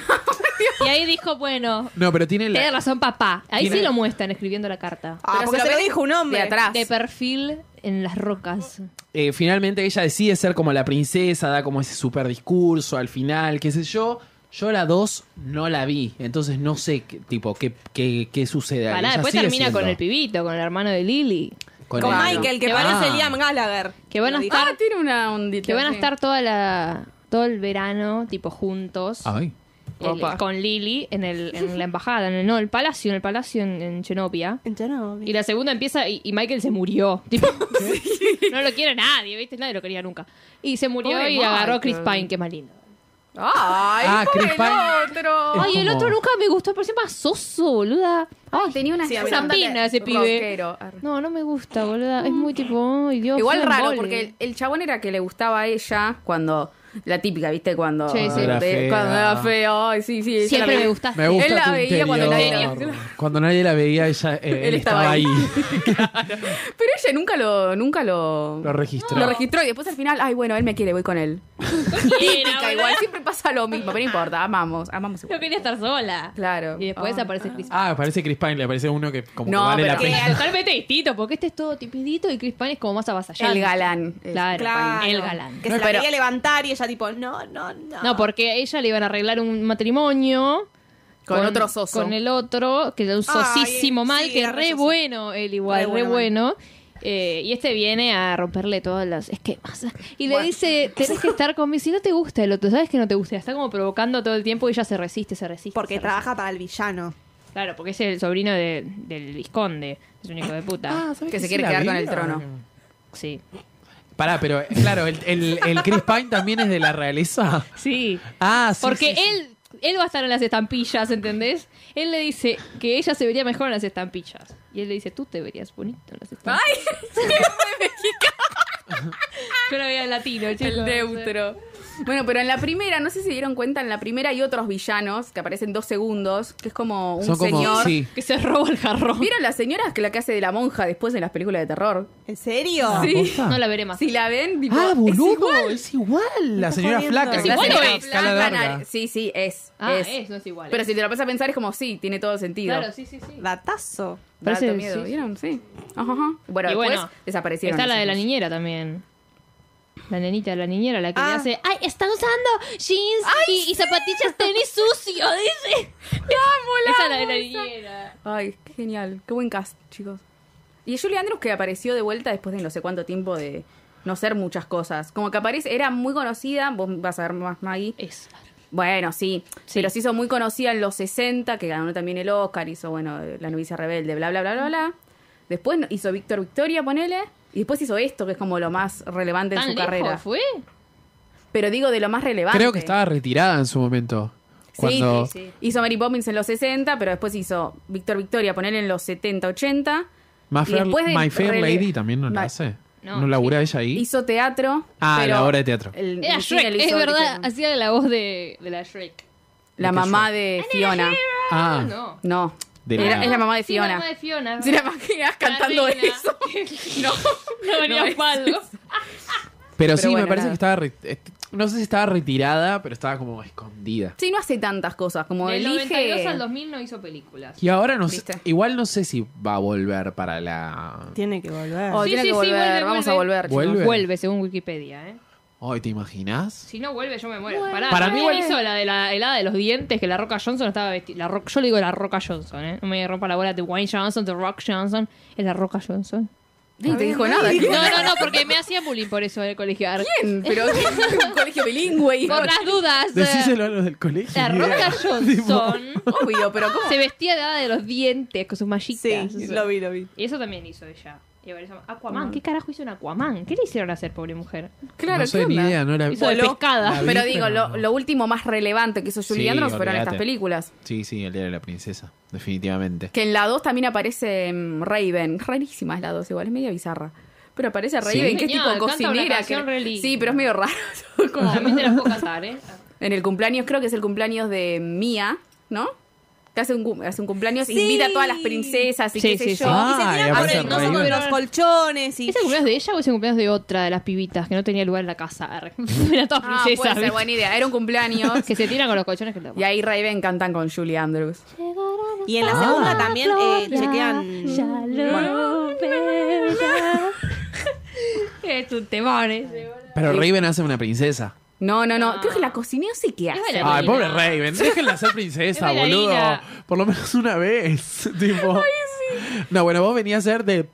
[SPEAKER 5] y ahí dijo, bueno,
[SPEAKER 1] No, pero tiene
[SPEAKER 5] tiene
[SPEAKER 1] la...
[SPEAKER 5] razón papá. Ahí
[SPEAKER 1] Tiene-
[SPEAKER 5] sí lo muestran escribiendo la carta.
[SPEAKER 3] Ah,
[SPEAKER 2] Pero
[SPEAKER 3] porque se lo
[SPEAKER 2] ven
[SPEAKER 3] dijo un hombre.
[SPEAKER 2] De atrás.
[SPEAKER 5] De perfil en las rocas.
[SPEAKER 1] eh, finalmente ella decide ser como la princesa, da como ese super discurso al final, qué sé yo. Yo la 2 no la vi, entonces no sé qué, tipo qué, qué, qué sucede ahí.
[SPEAKER 5] Pará,
[SPEAKER 1] Ella
[SPEAKER 5] después
[SPEAKER 1] sigue
[SPEAKER 5] termina
[SPEAKER 1] siendo-
[SPEAKER 5] con el pibito, con el hermano de Lily.
[SPEAKER 1] con
[SPEAKER 3] Con
[SPEAKER 1] el-
[SPEAKER 3] Michael, que
[SPEAKER 1] Ah.
[SPEAKER 5] Que van-
[SPEAKER 3] parece Liam Gallagher.
[SPEAKER 5] Que van a
[SPEAKER 3] Lo dijo.
[SPEAKER 5] estar-
[SPEAKER 2] Ah, tiene una ondita.
[SPEAKER 5] Que van a
[SPEAKER 2] sí.
[SPEAKER 5] estar toda la, todo el verano, tipo juntos.
[SPEAKER 1] Ay.
[SPEAKER 5] el-
[SPEAKER 2] Opa.
[SPEAKER 5] con Lily en, el, en la embajada, en el, no, el palacio, en el palacio en, en Chenopia.
[SPEAKER 3] Yo no,
[SPEAKER 5] Y la segunda empieza y, y Michael se murió. Tipo, no lo quiere nadie, ¿viste? Nadie lo quería nunca. Y se murió
[SPEAKER 2] Pobre
[SPEAKER 5] y agarró a Chris
[SPEAKER 2] Michael.
[SPEAKER 5] Pine, que es más lindo.
[SPEAKER 2] Ay,
[SPEAKER 1] Ah,
[SPEAKER 2] pobre
[SPEAKER 1] Chris Pine.
[SPEAKER 2] el otro.
[SPEAKER 1] Es
[SPEAKER 5] Ay, el
[SPEAKER 1] como-
[SPEAKER 5] otro nunca me gustó, parecía más soso, boluda.
[SPEAKER 2] Ay, Ah, tenía una
[SPEAKER 3] Sí, a mí
[SPEAKER 2] onda
[SPEAKER 5] también.
[SPEAKER 2] de
[SPEAKER 5] ese pibe.
[SPEAKER 2] rockero. Arre.
[SPEAKER 5] No, no me gusta, boluda. Es muy tipo, ay Dios.
[SPEAKER 2] Igual
[SPEAKER 5] fue un
[SPEAKER 2] raro,
[SPEAKER 5] embole.
[SPEAKER 2] porque el, el chabón era que le gustaba a ella cuando. La típica, ¿viste? Cuando,
[SPEAKER 5] Sí, sí.
[SPEAKER 1] Era
[SPEAKER 2] de-
[SPEAKER 1] fea.
[SPEAKER 2] cuando era feo. Ay, sí, sí. ella
[SPEAKER 5] Siempre
[SPEAKER 2] la-
[SPEAKER 5] me gustaste.
[SPEAKER 1] Me gusta
[SPEAKER 2] Él la
[SPEAKER 1] tu
[SPEAKER 2] veía cuando la
[SPEAKER 1] interior.
[SPEAKER 2] veía.
[SPEAKER 1] Cuando nadie la veía, ella, eh, él, estaba,
[SPEAKER 2] estaba
[SPEAKER 1] ahí.
[SPEAKER 2] ahí. Pero ella nunca lo. Nunca lo.
[SPEAKER 1] Lo registró.
[SPEAKER 2] Lo registró y después al final, ay, bueno, él me quiere, voy con él.
[SPEAKER 5] Ah,
[SPEAKER 2] Típica, igual, siempre pasa lo mismo, pero no importa, amamos, amamos
[SPEAKER 5] No
[SPEAKER 2] igual.
[SPEAKER 5] quería estar sola.
[SPEAKER 2] Claro.
[SPEAKER 5] Y después
[SPEAKER 2] Ah.
[SPEAKER 5] aparece Chris Pine.
[SPEAKER 1] Ah, parece Chris Pine, le parece uno que como
[SPEAKER 2] No,
[SPEAKER 1] que vale la
[SPEAKER 2] pero-
[SPEAKER 1] pena.
[SPEAKER 5] Que totalmente distinto, porque este es todo tipidito y Chris Pine es como más avasallante.
[SPEAKER 2] El galán. es
[SPEAKER 5] Claro,
[SPEAKER 2] Chris Pine.
[SPEAKER 5] el galán.
[SPEAKER 3] Que se la
[SPEAKER 2] Pero-
[SPEAKER 3] quería levantar y ella tipo, no, no, no.
[SPEAKER 5] No, porque a ella le iban a arreglar un matrimonio.
[SPEAKER 2] Con otro soso.
[SPEAKER 5] Con el otro, que era un
[SPEAKER 3] Ay,
[SPEAKER 5] sosísimo
[SPEAKER 3] sí,
[SPEAKER 5] mal, que
[SPEAKER 3] era
[SPEAKER 5] re
[SPEAKER 3] re soso.
[SPEAKER 5] bueno él igual,
[SPEAKER 3] Re
[SPEAKER 5] re,
[SPEAKER 3] bueno,
[SPEAKER 5] bueno. Eh, y este viene a romperle todas las esquemas. Y le
[SPEAKER 2] Bueno.
[SPEAKER 5] dice, tenés que estar conmigo. Si no te gusta el otro, sabes que no te gusta. Está como provocando todo el tiempo y ella se resiste, se resiste.
[SPEAKER 3] Porque
[SPEAKER 5] se
[SPEAKER 3] trabaja para el villano.
[SPEAKER 5] resiste. Claro, porque es el sobrino de- del visconde. Es un hijo de puta.
[SPEAKER 3] Ah.
[SPEAKER 2] Que se quiere quedar con el trono.
[SPEAKER 5] Sí.
[SPEAKER 1] Pará, pero eh, claro, el, el- el Chris Pine también es de la realeza.
[SPEAKER 5] Sí.
[SPEAKER 1] Ah, sí.
[SPEAKER 5] Porque
[SPEAKER 1] sí, sí.
[SPEAKER 5] él, él va a estar en las estampillas, ¿entendés? Él le dice que ella se vería mejor en las estampillas. Y él le dice, tú te verías bonito en las estampillas. ¡Ay! Yo lo veía en latino, chicos.
[SPEAKER 2] El neutro. Bueno, pero en la primera, no sé si dieron cuenta, en la primera hay otros villanos que aparecen dos segundos, que es como un
[SPEAKER 1] Son como-
[SPEAKER 2] señor.
[SPEAKER 1] sí.
[SPEAKER 5] Que se roba el jarrón.
[SPEAKER 2] ¿Vieron la señora que la que hace de la monja después en las películas de terror?
[SPEAKER 3] ¿En serio?
[SPEAKER 1] Ah,
[SPEAKER 2] Sí.
[SPEAKER 1] posta.
[SPEAKER 5] No la veré más.
[SPEAKER 2] Si la ven, tipo,
[SPEAKER 1] Ah,
[SPEAKER 2] es
[SPEAKER 1] boludo,
[SPEAKER 2] igual.
[SPEAKER 1] es igual. La
[SPEAKER 3] Está
[SPEAKER 1] señora
[SPEAKER 3] jodiendo.
[SPEAKER 1] flaca.
[SPEAKER 5] ¿Es
[SPEAKER 1] la
[SPEAKER 5] igual
[SPEAKER 1] señora
[SPEAKER 5] o
[SPEAKER 1] de
[SPEAKER 5] es?
[SPEAKER 1] escala
[SPEAKER 2] Blanca,
[SPEAKER 1] larga.
[SPEAKER 2] na- Sí, sí, es.
[SPEAKER 5] Ah,
[SPEAKER 2] es.
[SPEAKER 5] es. no es igual.
[SPEAKER 2] Pero
[SPEAKER 5] es.
[SPEAKER 2] si te lo pasas a pensar es como sí, tiene todo sentido.
[SPEAKER 5] Claro, sí, sí, sí.
[SPEAKER 3] Datazo.
[SPEAKER 2] Da harto
[SPEAKER 5] Parece-
[SPEAKER 2] miedo,
[SPEAKER 5] sí, sí.
[SPEAKER 2] ¿vieron? Sí. Ajá, ajá. Bueno,
[SPEAKER 5] Y
[SPEAKER 2] después
[SPEAKER 5] bueno,
[SPEAKER 2] desaparecieron.
[SPEAKER 5] Está la
[SPEAKER 2] esos
[SPEAKER 5] de la
[SPEAKER 2] dos.
[SPEAKER 5] niñera también. La nenita de la niñera, la que le
[SPEAKER 3] Ah.
[SPEAKER 5] hace, ay, está usando jeans y, y zapatillas tenis sucio, dice. Esa es la de la niñera.
[SPEAKER 2] Ay, qué genial. Qué buen cast, chicos. Y Julie Andrews que apareció de vuelta después de no sé cuánto tiempo de no ser muchas cosas. Como que aparece, era muy conocida, vos vas a ver más Maggie.
[SPEAKER 5] Es
[SPEAKER 2] Bueno, sí,
[SPEAKER 5] Sí.
[SPEAKER 2] pero se hizo muy conocida en los 60, que ganó también el Oscar, hizo, bueno, La novicia rebelde, bla, bla, bla, bla, bla. Después no- hizo Víctor Victoria, ponele. Y después hizo esto, que es como lo más relevante en
[SPEAKER 5] ¿Tan
[SPEAKER 2] su
[SPEAKER 5] lejos
[SPEAKER 2] carrera.
[SPEAKER 5] fue?
[SPEAKER 2] Pero digo de lo más relevante.
[SPEAKER 1] Creo que estaba retirada en su momento. Cuando...
[SPEAKER 5] sí, sí.
[SPEAKER 2] Hizo Mary Poppins en los 60, pero después hizo Víctor Victoria, ponele en los 70, 80.
[SPEAKER 1] My
[SPEAKER 2] Y
[SPEAKER 1] Fair,
[SPEAKER 2] después de-
[SPEAKER 1] My Fair
[SPEAKER 2] rele-
[SPEAKER 1] Lady también no la
[SPEAKER 2] Ma-
[SPEAKER 1] hace.
[SPEAKER 5] No,
[SPEAKER 1] No, labura ella ahí.
[SPEAKER 2] Hizo teatro.
[SPEAKER 1] Ah,
[SPEAKER 2] pero Eh,
[SPEAKER 1] la obra de teatro.
[SPEAKER 2] el-
[SPEAKER 5] Era
[SPEAKER 2] el cine
[SPEAKER 5] Shrek,
[SPEAKER 2] lo
[SPEAKER 5] es
[SPEAKER 2] hizo-
[SPEAKER 5] verdad, hacía la voz de, de la Shrek.
[SPEAKER 2] La
[SPEAKER 1] ¿De qué
[SPEAKER 2] mamá de Fiona.
[SPEAKER 5] Ah,
[SPEAKER 1] Ah,
[SPEAKER 5] no.
[SPEAKER 2] No.
[SPEAKER 1] De
[SPEAKER 2] Era-
[SPEAKER 1] la-
[SPEAKER 2] es la mamá de
[SPEAKER 5] Sí, la
[SPEAKER 2] Fiona.
[SPEAKER 5] mamá de Fiona.
[SPEAKER 2] Si la imaginas cantando
[SPEAKER 5] Latina.
[SPEAKER 2] eso. No.
[SPEAKER 5] No venía
[SPEAKER 2] No, es-
[SPEAKER 5] palo.
[SPEAKER 1] Pero,
[SPEAKER 2] Pero
[SPEAKER 1] sí,
[SPEAKER 2] bueno,
[SPEAKER 1] me parece
[SPEAKER 2] nada.
[SPEAKER 1] que estaba. re- est- No sé si estaba retirada, pero estaba como escondida.
[SPEAKER 2] Sí, no hace tantas cosas. Como
[SPEAKER 5] Del
[SPEAKER 2] elige.
[SPEAKER 5] 92 al 2000 no hizo películas.
[SPEAKER 1] Y ahora no sé.
[SPEAKER 2] Viste.
[SPEAKER 1] Igual no sé si va a volver para la.
[SPEAKER 3] Tiene que volver.
[SPEAKER 2] Oh,
[SPEAKER 5] Sí,
[SPEAKER 2] tiene
[SPEAKER 5] sí,
[SPEAKER 2] que
[SPEAKER 5] sí,
[SPEAKER 2] volver.
[SPEAKER 5] vuelve,
[SPEAKER 2] Vamos
[SPEAKER 5] vuelve.
[SPEAKER 2] a volver. chicos.
[SPEAKER 1] Vuelve.
[SPEAKER 5] Vuelve, según Wikipedia, ¿eh?
[SPEAKER 1] Ay, ¿te imaginas?
[SPEAKER 5] Si no vuelve, yo me muero.
[SPEAKER 1] Para
[SPEAKER 5] Pará, Para
[SPEAKER 1] mí
[SPEAKER 5] mí
[SPEAKER 1] vuelve-
[SPEAKER 5] hizo la de la helada de los dientes, que la Roca Johnson estaba vestida. La Roc- yo le digo la Roca Johnson, ¿eh? No me rompa la bola de Wayne Johnson, de Rock Johnson. Es la Roca Johnson.
[SPEAKER 2] Nadie te dijo nada. ¿Quién?
[SPEAKER 5] No, no, no, porque me hacían bullying por eso en el colegio.
[SPEAKER 2] ¿Quién? Pero un colegio bilingüe. hijo.
[SPEAKER 5] Por las dudas. eh,
[SPEAKER 1] Decíselo a los del colegio.
[SPEAKER 5] La Roca Johnson
[SPEAKER 2] Obvio, pero ¿cómo?
[SPEAKER 5] se vestía de hada de los dientes con sus mallitas.
[SPEAKER 3] Sí,
[SPEAKER 5] Eso.
[SPEAKER 3] lo vi, lo vi.
[SPEAKER 5] Y eso también hizo ella. Y apareció- Aquaman, ¿qué carajo hizo un Aquaman? ¿Qué le hicieron hacer, pobre mujer?
[SPEAKER 2] Claro,
[SPEAKER 1] no
[SPEAKER 2] ¿qué
[SPEAKER 1] sé ni
[SPEAKER 2] onda?
[SPEAKER 1] idea, no la
[SPEAKER 5] Hizo de
[SPEAKER 1] Voló.
[SPEAKER 5] pescada.
[SPEAKER 1] La vi,
[SPEAKER 2] Pero digo,
[SPEAKER 1] pero
[SPEAKER 2] lo,
[SPEAKER 1] no.
[SPEAKER 2] lo último más relevante que hizo
[SPEAKER 1] Sí,
[SPEAKER 2] Julie Andrews fueron
[SPEAKER 1] olvídate.
[SPEAKER 2] estas películas.
[SPEAKER 1] Sí, sí, el día de la princesa, definitivamente.
[SPEAKER 2] Que en la 2 también aparece mm, Raven. Rarísima es la 2, igual, es media bizarra. Pero aparece Raven,
[SPEAKER 1] Sí,
[SPEAKER 2] que es
[SPEAKER 5] señor,
[SPEAKER 2] tipo
[SPEAKER 5] canta una
[SPEAKER 2] cocinera. que-
[SPEAKER 5] canción re linda.
[SPEAKER 2] Sí, pero es medio raro. Como-
[SPEAKER 5] También te las puedo cantar, ¿eh?
[SPEAKER 2] En el cumpleaños, creo que es el cumpleaños de Mía, ¿no? Que hace un, cum- hace un cumpleaños,
[SPEAKER 3] Sí.
[SPEAKER 2] invita a todas las princesas y
[SPEAKER 5] Sí,
[SPEAKER 2] qué sé
[SPEAKER 5] sí, sí.
[SPEAKER 2] yo.
[SPEAKER 1] Ah,
[SPEAKER 3] y se tiran por
[SPEAKER 1] aparece
[SPEAKER 3] el coso
[SPEAKER 1] Raven.
[SPEAKER 3] con los colchones y.
[SPEAKER 5] ¿Es el cumpleaños de ella o es el cumpleaños de otra de las pibitas que no tenía lugar en la casa? Era todas
[SPEAKER 2] Ah,
[SPEAKER 5] princesas.
[SPEAKER 2] puede ser
[SPEAKER 5] ¿viste?
[SPEAKER 2] buena idea. Era un cumpleaños.
[SPEAKER 5] Que se tiran con los colchones que la-
[SPEAKER 2] y ahí Raven cantan con Julie Andrews.
[SPEAKER 3] Y en la segunda también eh, chequean.
[SPEAKER 5] Es un temor, ¿eh?
[SPEAKER 1] Pero Raven hace una princesa.
[SPEAKER 2] No, no, no. Creo que la cocinera sí que hace.
[SPEAKER 5] bailarina.
[SPEAKER 1] Ay,
[SPEAKER 5] Bailarina.
[SPEAKER 1] pobre Raven, déjenla ser princesa,
[SPEAKER 5] Es
[SPEAKER 1] boludo.
[SPEAKER 5] bailarina.
[SPEAKER 1] Por lo menos una vez. Tipo. No, bueno, vos venías a ser de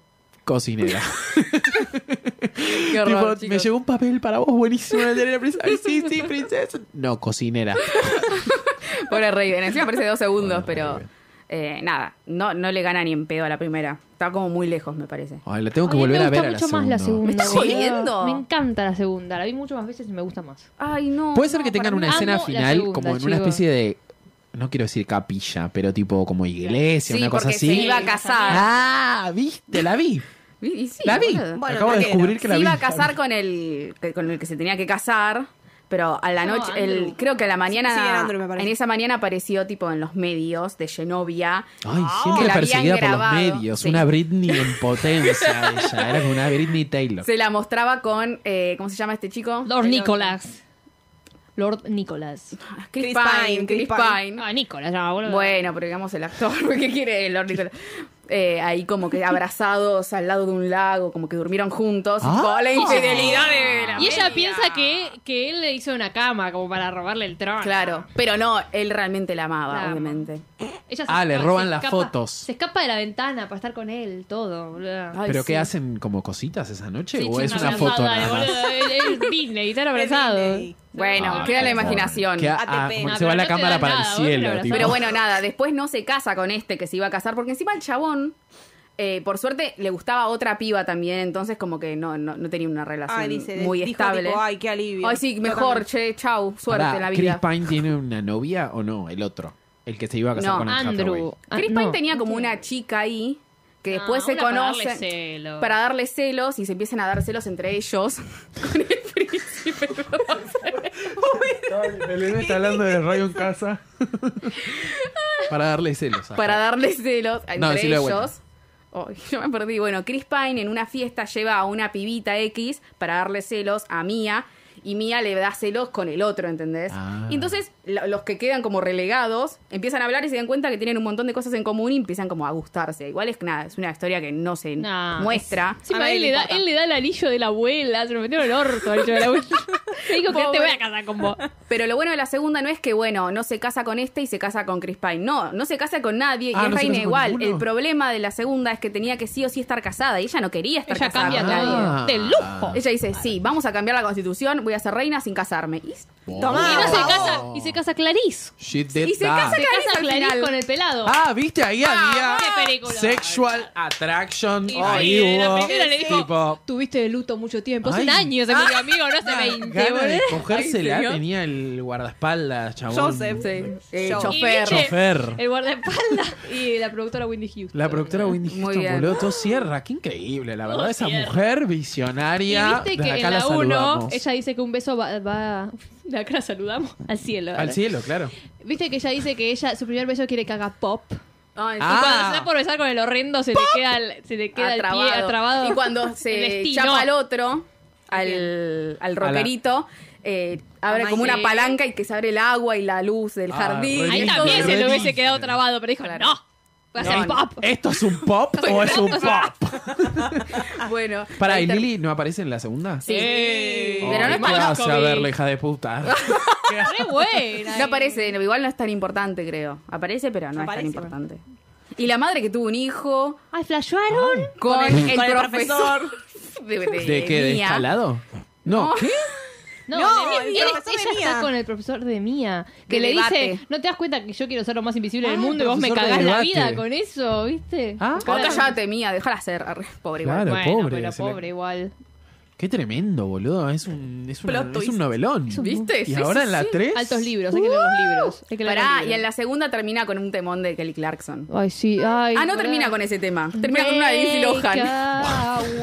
[SPEAKER 1] cocinera.
[SPEAKER 2] Qué
[SPEAKER 1] Tipo,
[SPEAKER 2] horror,
[SPEAKER 1] me
[SPEAKER 2] chicos.
[SPEAKER 1] llegó un papel para vos buenísimo en el día de la princesa. Ay, sí, sí, princesa. No, cocinera.
[SPEAKER 2] Pobre Raven. Encima aparece dos segundos,
[SPEAKER 1] Pobre
[SPEAKER 2] pero
[SPEAKER 1] Raven.
[SPEAKER 2] eh, nada. No, no le gana ni en pedo a la primera. Está como muy lejos, me parece.
[SPEAKER 1] Ay, la tengo que
[SPEAKER 5] Ay,
[SPEAKER 1] volver
[SPEAKER 5] me
[SPEAKER 1] a
[SPEAKER 5] gusta
[SPEAKER 1] ver a la
[SPEAKER 5] mucho más la segunda.
[SPEAKER 2] ¿Me estás
[SPEAKER 5] boludo.
[SPEAKER 2] jodiendo?
[SPEAKER 5] Me encanta la segunda. La vi mucho más veces y me gusta más.
[SPEAKER 2] Ay, no.
[SPEAKER 1] Puede ser
[SPEAKER 2] no,
[SPEAKER 1] que tengan
[SPEAKER 2] para
[SPEAKER 1] una
[SPEAKER 2] mí-
[SPEAKER 5] Amo
[SPEAKER 1] escena
[SPEAKER 5] la
[SPEAKER 1] final
[SPEAKER 5] segunda,
[SPEAKER 1] como en una
[SPEAKER 5] chicos.
[SPEAKER 1] especie de. No quiero decir capilla, pero tipo como iglesia,
[SPEAKER 2] Sí,
[SPEAKER 1] una cosa
[SPEAKER 2] porque
[SPEAKER 1] así.
[SPEAKER 2] se iba a casar.
[SPEAKER 1] Ah, viste, la vi.
[SPEAKER 2] Y- y sí,
[SPEAKER 1] La vi.
[SPEAKER 2] boludo.
[SPEAKER 3] Bueno,
[SPEAKER 1] Acabo de
[SPEAKER 3] ¿por qué no?
[SPEAKER 1] descubrir que la
[SPEAKER 2] se
[SPEAKER 1] vi.
[SPEAKER 2] iba a casar con el que- con el que se tenía que casar pero a la
[SPEAKER 5] No,
[SPEAKER 2] noche
[SPEAKER 5] Andrew.
[SPEAKER 2] el creo que a la mañana
[SPEAKER 3] Sí, sí, Andrew me parece.
[SPEAKER 2] en esa mañana apareció tipo en los medios de Genovia
[SPEAKER 1] Ay,
[SPEAKER 2] que
[SPEAKER 1] siempre
[SPEAKER 2] la habían
[SPEAKER 1] perseguida por los
[SPEAKER 2] grabado.
[SPEAKER 1] medios.
[SPEAKER 2] Sí.
[SPEAKER 1] Una Britney en potencia ella. Era como una Britney Taylor.
[SPEAKER 2] se la mostraba con eh, cómo se llama este chico
[SPEAKER 5] Lord Nicholas. Lord Nicholas.
[SPEAKER 2] Ah, Chris,
[SPEAKER 3] Chris
[SPEAKER 2] Pine,
[SPEAKER 3] Pine,
[SPEAKER 2] Chris
[SPEAKER 3] Chris
[SPEAKER 2] Pine.
[SPEAKER 5] Ah, Nicholas, ya, boludo.
[SPEAKER 2] bueno pero digamos el actor porque quiere el Lord Nicholas Eh, ahí como que abrazados al lado de un lago como que durmieron juntos
[SPEAKER 1] Ah.
[SPEAKER 2] con la infidelidad de la
[SPEAKER 5] Y ella
[SPEAKER 2] media.
[SPEAKER 5] piensa que, que él le hizo una cama como para robarle el trono.
[SPEAKER 2] claro pero no él realmente la amaba
[SPEAKER 5] La ama.
[SPEAKER 2] obviamente
[SPEAKER 5] Ella se
[SPEAKER 1] Ah, le
[SPEAKER 5] escapa,
[SPEAKER 1] roban
[SPEAKER 5] se
[SPEAKER 1] las
[SPEAKER 5] escapa-
[SPEAKER 1] fotos.
[SPEAKER 5] Se escapa de la ventana para estar con él, todo. boludo.
[SPEAKER 2] Ay,
[SPEAKER 1] ¿Pero
[SPEAKER 2] sí.
[SPEAKER 1] qué hacen? ¿Como cositas esa noche?
[SPEAKER 5] Sí,
[SPEAKER 1] ¿O
[SPEAKER 5] sí,
[SPEAKER 1] es una
[SPEAKER 5] abrazada,
[SPEAKER 1] foto nada más?
[SPEAKER 5] boludo, Es es Disney, están
[SPEAKER 3] Es
[SPEAKER 5] abrazados.
[SPEAKER 3] Disney.
[SPEAKER 2] Bueno,
[SPEAKER 1] Ah,
[SPEAKER 2] queda la
[SPEAKER 1] por favor.
[SPEAKER 2] imaginación.
[SPEAKER 1] Que- ah,
[SPEAKER 3] ATP.
[SPEAKER 1] porque se
[SPEAKER 5] No,
[SPEAKER 1] va
[SPEAKER 5] pero
[SPEAKER 1] la
[SPEAKER 5] no te
[SPEAKER 1] cámara
[SPEAKER 5] dan
[SPEAKER 1] para
[SPEAKER 5] nada,
[SPEAKER 1] el
[SPEAKER 5] vos
[SPEAKER 1] cielo.
[SPEAKER 5] te
[SPEAKER 1] tipo.
[SPEAKER 2] Pero bueno, nada, después no se casa con este que se iba a casar, porque encima el chabón, eh, por suerte, le gustaba otra piba también, entonces como que no, no, no tenía una relación
[SPEAKER 3] Ay, dice,
[SPEAKER 2] muy
[SPEAKER 3] dijo,
[SPEAKER 2] estable.
[SPEAKER 3] tipo, ay, qué alivio.
[SPEAKER 2] Ay, sí, mejor, che, chau, suerte
[SPEAKER 1] Pará,
[SPEAKER 2] en la vida.
[SPEAKER 1] ¿Chris Pine tiene una novia o no? El otro. El que se iba a casar
[SPEAKER 2] No,
[SPEAKER 1] con Anne
[SPEAKER 5] Andrew.
[SPEAKER 1] Hathaway.
[SPEAKER 5] Ah,
[SPEAKER 2] Chris
[SPEAKER 5] no.
[SPEAKER 2] Pine tenía como una chica ahí que después
[SPEAKER 5] Ah,
[SPEAKER 2] se
[SPEAKER 5] una para darle
[SPEAKER 2] conocen
[SPEAKER 5] celos.
[SPEAKER 2] para darle celos y se empiezan a dar celos entre ellos con el príncipe Roser.
[SPEAKER 1] Elena está hablando de Rayo en casa. para darle celos. ajá.
[SPEAKER 2] para darle celos
[SPEAKER 1] No,
[SPEAKER 2] entre
[SPEAKER 1] decilo de vuelta.
[SPEAKER 2] ellos. Ay, yo me perdí. Bueno, Chris Pine en una fiesta lleva a una pibita X para darle celos a Mia. Y Mia le da celos con el otro, ¿entendés?
[SPEAKER 1] Ah.
[SPEAKER 2] Y entonces lo- los que quedan como relegados empiezan a hablar y se dan cuenta que tienen un montón de cosas en común y empiezan como a gustarse. Igual es que nada, es una historia que no se
[SPEAKER 5] Nah,
[SPEAKER 2] muestra.
[SPEAKER 5] Sí,
[SPEAKER 3] A
[SPEAKER 5] pero
[SPEAKER 3] nadie
[SPEAKER 5] él
[SPEAKER 3] le
[SPEAKER 5] le, da,
[SPEAKER 3] importa.
[SPEAKER 5] él le da el anillo de la abuela, se lo metió en el orto el anillo de la abuela. Le dijo que te
[SPEAKER 2] Pobre.
[SPEAKER 5] voy a casar con vos.
[SPEAKER 2] Pero lo bueno de la segunda no es que, bueno, no se casa con este y se casa con Chris Pine. No, no se casa con nadie
[SPEAKER 1] Ah,
[SPEAKER 2] y
[SPEAKER 1] ¿no
[SPEAKER 2] es
[SPEAKER 1] se
[SPEAKER 2] reina
[SPEAKER 1] casa con
[SPEAKER 2] igual.
[SPEAKER 1] ninguno?
[SPEAKER 2] El problema de la segunda es que tenía que sí o sí estar casada y ella no quería estar
[SPEAKER 5] Ella
[SPEAKER 2] casada
[SPEAKER 5] cambia
[SPEAKER 2] con
[SPEAKER 5] todo.
[SPEAKER 2] nadie.
[SPEAKER 1] Ah.
[SPEAKER 5] De lujo.
[SPEAKER 2] Ella dice, sí, vamos a cambiar la constitución, voy a ser reina sin casarme. Y,
[SPEAKER 3] Tomá.
[SPEAKER 5] Y no se
[SPEAKER 3] Oh.
[SPEAKER 5] casa, y se casa Clarice.
[SPEAKER 1] She did
[SPEAKER 2] y se
[SPEAKER 1] that.
[SPEAKER 2] casa
[SPEAKER 5] Se casa
[SPEAKER 2] Clarice al
[SPEAKER 5] Clarice
[SPEAKER 2] final.
[SPEAKER 5] con el pelado.
[SPEAKER 1] Ah, viste, ahí había
[SPEAKER 5] qué película.
[SPEAKER 1] sexual attraction.
[SPEAKER 5] Y
[SPEAKER 1] ahí
[SPEAKER 5] sí, la
[SPEAKER 1] hubo,
[SPEAKER 5] primera le dijo,
[SPEAKER 1] tipo,
[SPEAKER 5] Tuviste de luto mucho tiempo. Hace
[SPEAKER 1] Ay. Ah,
[SPEAKER 5] un año se murió amigo, no hace 20,
[SPEAKER 1] Gana de
[SPEAKER 5] boludo.
[SPEAKER 1] cogérsela
[SPEAKER 2] Ay, señor.
[SPEAKER 1] tenía el guardaespaldas, chabón.
[SPEAKER 3] Joseph.
[SPEAKER 2] Sí, eh,
[SPEAKER 3] Show.
[SPEAKER 2] chofer.
[SPEAKER 5] Y viste-
[SPEAKER 1] Chofer.
[SPEAKER 5] El guardaespaldas y la productora Wendy Hughes.
[SPEAKER 1] La productora Wendy
[SPEAKER 2] Muy
[SPEAKER 1] Houston,
[SPEAKER 2] bien.
[SPEAKER 1] boludo, todo cierra. Qué increíble, la verdad,
[SPEAKER 5] Todo
[SPEAKER 1] esa
[SPEAKER 5] cierra.
[SPEAKER 1] mujer
[SPEAKER 5] Y
[SPEAKER 1] visionaria.
[SPEAKER 5] viste
[SPEAKER 1] desde
[SPEAKER 5] que
[SPEAKER 1] acá
[SPEAKER 5] en la 1
[SPEAKER 1] saludamos.
[SPEAKER 5] ella dice que un beso va, va- de acá la saludamos al cielo.
[SPEAKER 1] Al cielo, claro.
[SPEAKER 5] Viste que ella dice que ella su primer beso quiere que haga pop.
[SPEAKER 2] Ay, sí.
[SPEAKER 5] Y
[SPEAKER 1] Ah.
[SPEAKER 5] cuando se da por besar con el horrendo se le queda el, se le queda el pie atrabado.
[SPEAKER 2] Y cuando
[SPEAKER 5] El
[SPEAKER 2] se
[SPEAKER 5] destino.
[SPEAKER 2] chapa al otro, al, al rockerito, eh, abre
[SPEAKER 3] Ay,
[SPEAKER 2] como una
[SPEAKER 5] sí.
[SPEAKER 2] palanca y que se abre el agua y la luz del
[SPEAKER 1] Ah,
[SPEAKER 2] jardín.
[SPEAKER 1] re Eh,
[SPEAKER 5] Ahí
[SPEAKER 2] Y
[SPEAKER 1] lindo, ¿eh?
[SPEAKER 5] también
[SPEAKER 2] todo.
[SPEAKER 5] se
[SPEAKER 1] lo
[SPEAKER 5] le hubiese
[SPEAKER 1] dice.
[SPEAKER 5] quedado trabado, pero dijo,
[SPEAKER 2] Claro.
[SPEAKER 5] "No, va a ser
[SPEAKER 2] No, no.
[SPEAKER 5] pop."
[SPEAKER 1] ¿Esto es un pop o es un pop?
[SPEAKER 2] Bueno.
[SPEAKER 1] Para,
[SPEAKER 2] ahí
[SPEAKER 1] ¿y
[SPEAKER 2] ter-
[SPEAKER 1] Lili no aparece en la segunda?
[SPEAKER 2] Sí.
[SPEAKER 5] Sí.
[SPEAKER 2] Pero
[SPEAKER 1] Ay,
[SPEAKER 2] no está
[SPEAKER 1] ¿qué vas a
[SPEAKER 5] Malkovich.
[SPEAKER 1] ver, la hija de puta?
[SPEAKER 5] Re eh. buena.
[SPEAKER 2] No aparece, igual no es tan importante, creo. Aparece, pero no
[SPEAKER 3] Aparece,
[SPEAKER 2] es tan importante. Y la madre que tuvo un hijo
[SPEAKER 5] Ay, flashearon.
[SPEAKER 2] con,
[SPEAKER 3] Con-
[SPEAKER 2] el, el
[SPEAKER 3] con el Ah,
[SPEAKER 2] profesor. De,
[SPEAKER 1] ¿De qué? ¿De
[SPEAKER 2] Mía.
[SPEAKER 1] escalado? No, ¿qué?
[SPEAKER 5] No,
[SPEAKER 3] No,
[SPEAKER 5] de
[SPEAKER 3] el
[SPEAKER 5] Mía. Él-
[SPEAKER 3] profesor de
[SPEAKER 5] ella está
[SPEAKER 3] Mía.
[SPEAKER 5] con el profesor de Mía. Que
[SPEAKER 2] De
[SPEAKER 5] le
[SPEAKER 2] debate.
[SPEAKER 5] dice, ¿no te das cuenta que yo quiero ser lo más invisible
[SPEAKER 1] Ah,
[SPEAKER 5] del mundo y vos me
[SPEAKER 1] profesor de
[SPEAKER 5] cagás la
[SPEAKER 1] debate.
[SPEAKER 5] vida con eso, viste?
[SPEAKER 1] Ah.
[SPEAKER 2] O Oh, cállate, mía, déjala ser. Arre, Pobre igual.
[SPEAKER 1] Claro,
[SPEAKER 5] bueno,
[SPEAKER 1] pobre,
[SPEAKER 5] pero
[SPEAKER 1] se le-
[SPEAKER 5] pobre igual.
[SPEAKER 1] Qué tremendo, boludo. Es un, es una-
[SPEAKER 3] Plot
[SPEAKER 1] es
[SPEAKER 3] twist.
[SPEAKER 1] un novelón.
[SPEAKER 2] un- ¿Viste?
[SPEAKER 1] Y
[SPEAKER 2] Sí,
[SPEAKER 1] ahora
[SPEAKER 2] sí,
[SPEAKER 1] en la
[SPEAKER 2] sí.
[SPEAKER 1] 3.
[SPEAKER 5] Altos libros, hay que leer los libros. Hay que leer los
[SPEAKER 2] Pará, y
[SPEAKER 5] libros.
[SPEAKER 2] en la segunda termina con un temón de Kelly Clarkson.
[SPEAKER 5] Ay, sí, ay.
[SPEAKER 2] Ah, no
[SPEAKER 5] pará.
[SPEAKER 2] termina con ese tema. Termina con una de Lindsay Lohan.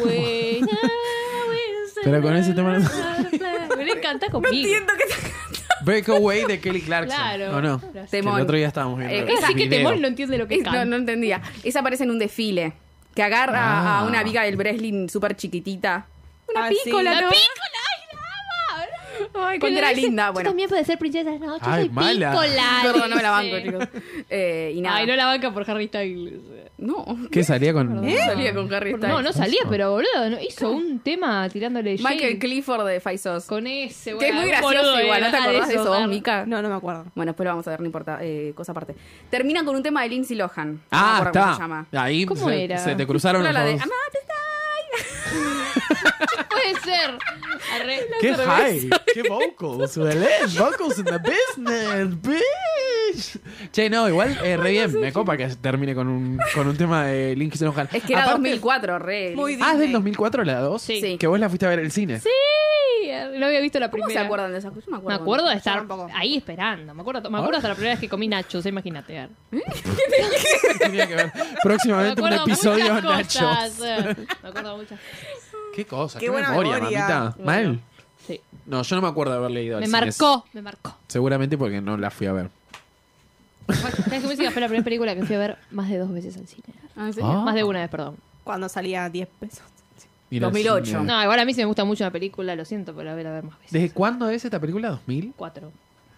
[SPEAKER 5] Breakaway.
[SPEAKER 1] Pero con ese tema
[SPEAKER 5] no. Me encanta conmigo.
[SPEAKER 2] Entiendo que
[SPEAKER 1] Breakaway de Kelly Clarkson.
[SPEAKER 5] Claro.
[SPEAKER 1] ¿O no?
[SPEAKER 5] Temón.
[SPEAKER 1] Que El otro día estábamos viendo.
[SPEAKER 2] Eh,
[SPEAKER 1] el
[SPEAKER 5] Es así que
[SPEAKER 1] video.
[SPEAKER 5] Temón no entiende lo que
[SPEAKER 2] Es-
[SPEAKER 5] es
[SPEAKER 2] no, no entendía. Esa aparece en un desfile. Que agarra
[SPEAKER 1] Ah.
[SPEAKER 2] a una viga del Breslin súper chiquitita. Una
[SPEAKER 3] Ah, sí.
[SPEAKER 2] pícola,
[SPEAKER 5] La
[SPEAKER 2] ¿no?
[SPEAKER 5] pícola, ay, la ama.
[SPEAKER 2] Ay,
[SPEAKER 5] Pero
[SPEAKER 2] cuando era
[SPEAKER 5] dice,
[SPEAKER 2] linda,
[SPEAKER 5] "Tú
[SPEAKER 2] bueno.
[SPEAKER 5] también puedes ser princesa. No, yo
[SPEAKER 1] Ay,
[SPEAKER 5] soy
[SPEAKER 1] mala.
[SPEAKER 5] pícola.
[SPEAKER 2] Perdón, no me la
[SPEAKER 5] dice.
[SPEAKER 2] banco, chicos. Eh, y nada.
[SPEAKER 5] Ay, no la banca por Harry Styles.
[SPEAKER 2] No.
[SPEAKER 1] ¿Qué salía con.? ¿Eh?
[SPEAKER 2] No Salía con Harry Styles.
[SPEAKER 5] No, no salía, pero boludo, no- hizo un tema tirándole
[SPEAKER 2] Michael
[SPEAKER 5] shade
[SPEAKER 2] Clifford de Faisos.
[SPEAKER 5] con ese,
[SPEAKER 2] Que es muy gracioso igual, ¿no te acordás de eso, vos, Mica?
[SPEAKER 3] No, no me acuerdo.
[SPEAKER 2] Bueno, después lo vamos a ver, no importa, eh, cosa aparte. Termina con un tema de Lindsay Lohan. No me
[SPEAKER 1] Ah,
[SPEAKER 2] acuerdo
[SPEAKER 1] está.
[SPEAKER 2] cómo se llama.
[SPEAKER 1] Ahí
[SPEAKER 5] ¿Cómo
[SPEAKER 1] se,
[SPEAKER 5] era?
[SPEAKER 1] se te cruzaron
[SPEAKER 2] Era
[SPEAKER 1] los
[SPEAKER 2] la de
[SPEAKER 1] dos.
[SPEAKER 2] "I'm out of
[SPEAKER 5] Puede ser. Arre-
[SPEAKER 1] ¡Qué high! ¡Qué vocals! Belén! ¡Vocals in the business! ¡Bitch! Che, no, igual, eh, re bien. Me copa que termine con un, con un tema de Linkin Lohan.
[SPEAKER 2] time". Es que era
[SPEAKER 1] Aparte-
[SPEAKER 2] 2004, re.
[SPEAKER 3] Muy
[SPEAKER 1] Ah, ¿es del
[SPEAKER 3] Disney.
[SPEAKER 1] 2004 la 2?
[SPEAKER 5] Sí.
[SPEAKER 2] Sí.
[SPEAKER 1] Que vos la fuiste a ver el cine. Sí.
[SPEAKER 5] Sí, no había visto la
[SPEAKER 2] ¿Cómo
[SPEAKER 5] primera.
[SPEAKER 2] se acuerdan de esas cosas? Yo me
[SPEAKER 5] Me
[SPEAKER 2] acuerdo.
[SPEAKER 5] acuerdo de estar
[SPEAKER 3] tampoco.
[SPEAKER 5] ahí esperando. Me acuerdo, me acuerdo hasta la primera vez que comí nachos, eh, imagínate. ar.
[SPEAKER 1] Tenía que ver.
[SPEAKER 5] Me
[SPEAKER 1] Próximamente un
[SPEAKER 5] acuerdo
[SPEAKER 1] episodio
[SPEAKER 5] muchas
[SPEAKER 1] Nacho.
[SPEAKER 5] cosas. eh. Me acuerdo muchas.
[SPEAKER 1] Qué cosa, qué,
[SPEAKER 3] Qué buena
[SPEAKER 1] memoria,
[SPEAKER 3] memoria.
[SPEAKER 1] mamita.
[SPEAKER 5] Bueno.
[SPEAKER 1] Mal.
[SPEAKER 5] Sí.
[SPEAKER 1] No, yo no me acuerdo de haberle ido al
[SPEAKER 5] Me
[SPEAKER 1] cine.
[SPEAKER 5] marcó, me marcó.
[SPEAKER 1] Seguramente porque no la fui a ver.
[SPEAKER 5] Bueno, ¿Sabes qué me dice? Fue la primera película que fui a ver más de dos veces al cine.
[SPEAKER 2] Ah, ¿en serio?
[SPEAKER 1] Ah.
[SPEAKER 5] Más de una vez, perdón.
[SPEAKER 3] Cuando salía 10 pesos.
[SPEAKER 1] Ir al
[SPEAKER 2] 2008.
[SPEAKER 1] cine.
[SPEAKER 5] No, igual a mí sí me gusta mucho una película, lo siento, pero la voy a ver más veces.
[SPEAKER 1] Ah. ¿Desde cuándo es esta película? ¿2000?
[SPEAKER 5] Cuatro.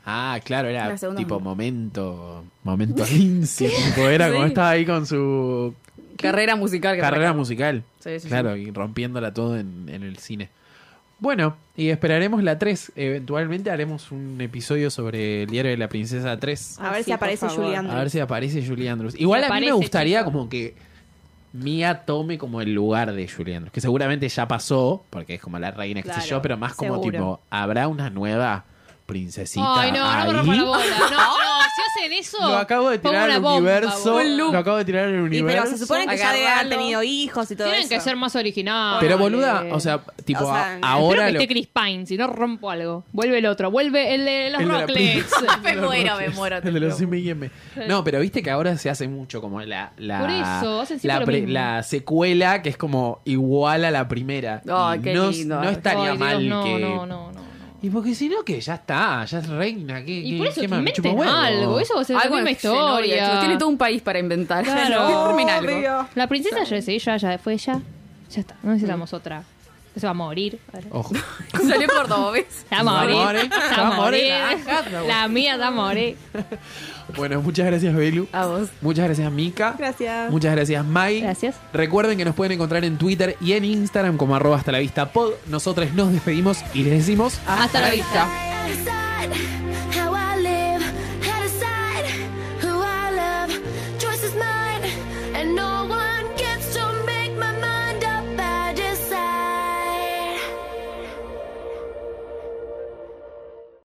[SPEAKER 1] Ah, claro, era
[SPEAKER 2] La segunda
[SPEAKER 1] tipo
[SPEAKER 2] mano.
[SPEAKER 1] momento, momento Lindsay, tipo, era como
[SPEAKER 2] Sí.
[SPEAKER 1] estaba ahí con su
[SPEAKER 2] Carrera musical. que
[SPEAKER 1] carrera
[SPEAKER 2] arranca.
[SPEAKER 1] musical.
[SPEAKER 2] Sí, sí, sí.
[SPEAKER 1] claro, y rompiéndola todo en, en el cine. Bueno, y esperaremos la 3. Eventualmente haremos un episodio sobre el diario de la princesa 3.
[SPEAKER 3] A
[SPEAKER 5] Ay,
[SPEAKER 3] ver
[SPEAKER 5] sí,
[SPEAKER 3] si aparece
[SPEAKER 5] por favor.
[SPEAKER 3] Julie
[SPEAKER 1] A
[SPEAKER 3] Andrews.
[SPEAKER 1] ver si aparece Julie Andrews. Igual
[SPEAKER 5] Si
[SPEAKER 1] a mí me
[SPEAKER 5] aparece,
[SPEAKER 1] gustaría
[SPEAKER 5] chico.
[SPEAKER 1] como que Mia tome como el lugar de Julie Andrews, que seguramente ya pasó, porque es como la reina, qué sé
[SPEAKER 5] Claro,
[SPEAKER 1] yo, pero más como
[SPEAKER 3] seguro.
[SPEAKER 1] tipo, ¿habrá una nueva princesita
[SPEAKER 5] Ay, no,
[SPEAKER 1] ahí?
[SPEAKER 5] no me rompa la bola. No, no, si hacen eso.
[SPEAKER 1] Lo acabo de
[SPEAKER 5] pongo
[SPEAKER 1] tirar
[SPEAKER 5] una
[SPEAKER 1] al
[SPEAKER 5] bomba,
[SPEAKER 1] universo.
[SPEAKER 5] boludo.
[SPEAKER 1] Lo acabo de tirar al
[SPEAKER 3] Y,
[SPEAKER 1] universo.
[SPEAKER 3] pero se supone que ya
[SPEAKER 2] Agarralo.
[SPEAKER 3] debe haber tenido hijos y todo
[SPEAKER 5] Tienen
[SPEAKER 3] eso.
[SPEAKER 5] que ser más originales.
[SPEAKER 1] Pero, boluda, o sea, tipo,
[SPEAKER 3] O sea,
[SPEAKER 1] a-
[SPEAKER 5] Espero
[SPEAKER 1] ahora
[SPEAKER 5] que
[SPEAKER 1] lo-
[SPEAKER 5] esté Chris Pine, si no rompo algo. Vuelve el otro, vuelve el de los
[SPEAKER 1] El de la
[SPEAKER 5] Rocklets.
[SPEAKER 2] Me muero, me muero. te
[SPEAKER 1] el de los
[SPEAKER 2] juro.
[SPEAKER 1] M&M. No, pero viste que ahora se hace mucho como la la,
[SPEAKER 5] Por eso, hacen siempre
[SPEAKER 1] la,
[SPEAKER 5] lo
[SPEAKER 1] pre-
[SPEAKER 5] mismo.
[SPEAKER 1] la secuela que es como igual a la primera.
[SPEAKER 2] Ay,
[SPEAKER 1] Y
[SPEAKER 2] qué
[SPEAKER 1] no,
[SPEAKER 2] lindo.
[SPEAKER 1] no estaría
[SPEAKER 5] Ay, Dios,
[SPEAKER 1] mal
[SPEAKER 5] no,
[SPEAKER 1] que
[SPEAKER 5] no, no, no, no.
[SPEAKER 1] Y porque si no que ya está, ya es reina, que
[SPEAKER 5] Y por eso que inventen algo. Eso va a ser la
[SPEAKER 2] Algo
[SPEAKER 5] misma
[SPEAKER 2] en Fenoria,
[SPEAKER 5] historia.
[SPEAKER 2] chicos, Tiene todo un país para inventar.
[SPEAKER 5] Claro.
[SPEAKER 2] Formen algo.
[SPEAKER 3] Obvio.
[SPEAKER 5] La princesa ya es ella, ya fue ella. Ya está, no
[SPEAKER 2] Mm.
[SPEAKER 5] necesitamos otra. Se va a morir. ahora.
[SPEAKER 1] Ojo.
[SPEAKER 2] Salió cordobés.
[SPEAKER 5] Se va a morir.
[SPEAKER 1] Se va a morir,
[SPEAKER 5] Se va a morir. La mía se va a morir.
[SPEAKER 1] Bueno, muchas gracias, Belu.
[SPEAKER 2] A vos.
[SPEAKER 1] Muchas gracias, Mika.
[SPEAKER 3] Gracias.
[SPEAKER 1] Muchas gracias, Mai.
[SPEAKER 5] Gracias.
[SPEAKER 1] Recuerden que nos pueden encontrar en Twitter y en Instagram como arroba hasta la vista pod. Nosotros nos despedimos y les decimos
[SPEAKER 5] Hasta la vista.
[SPEAKER 6] Side.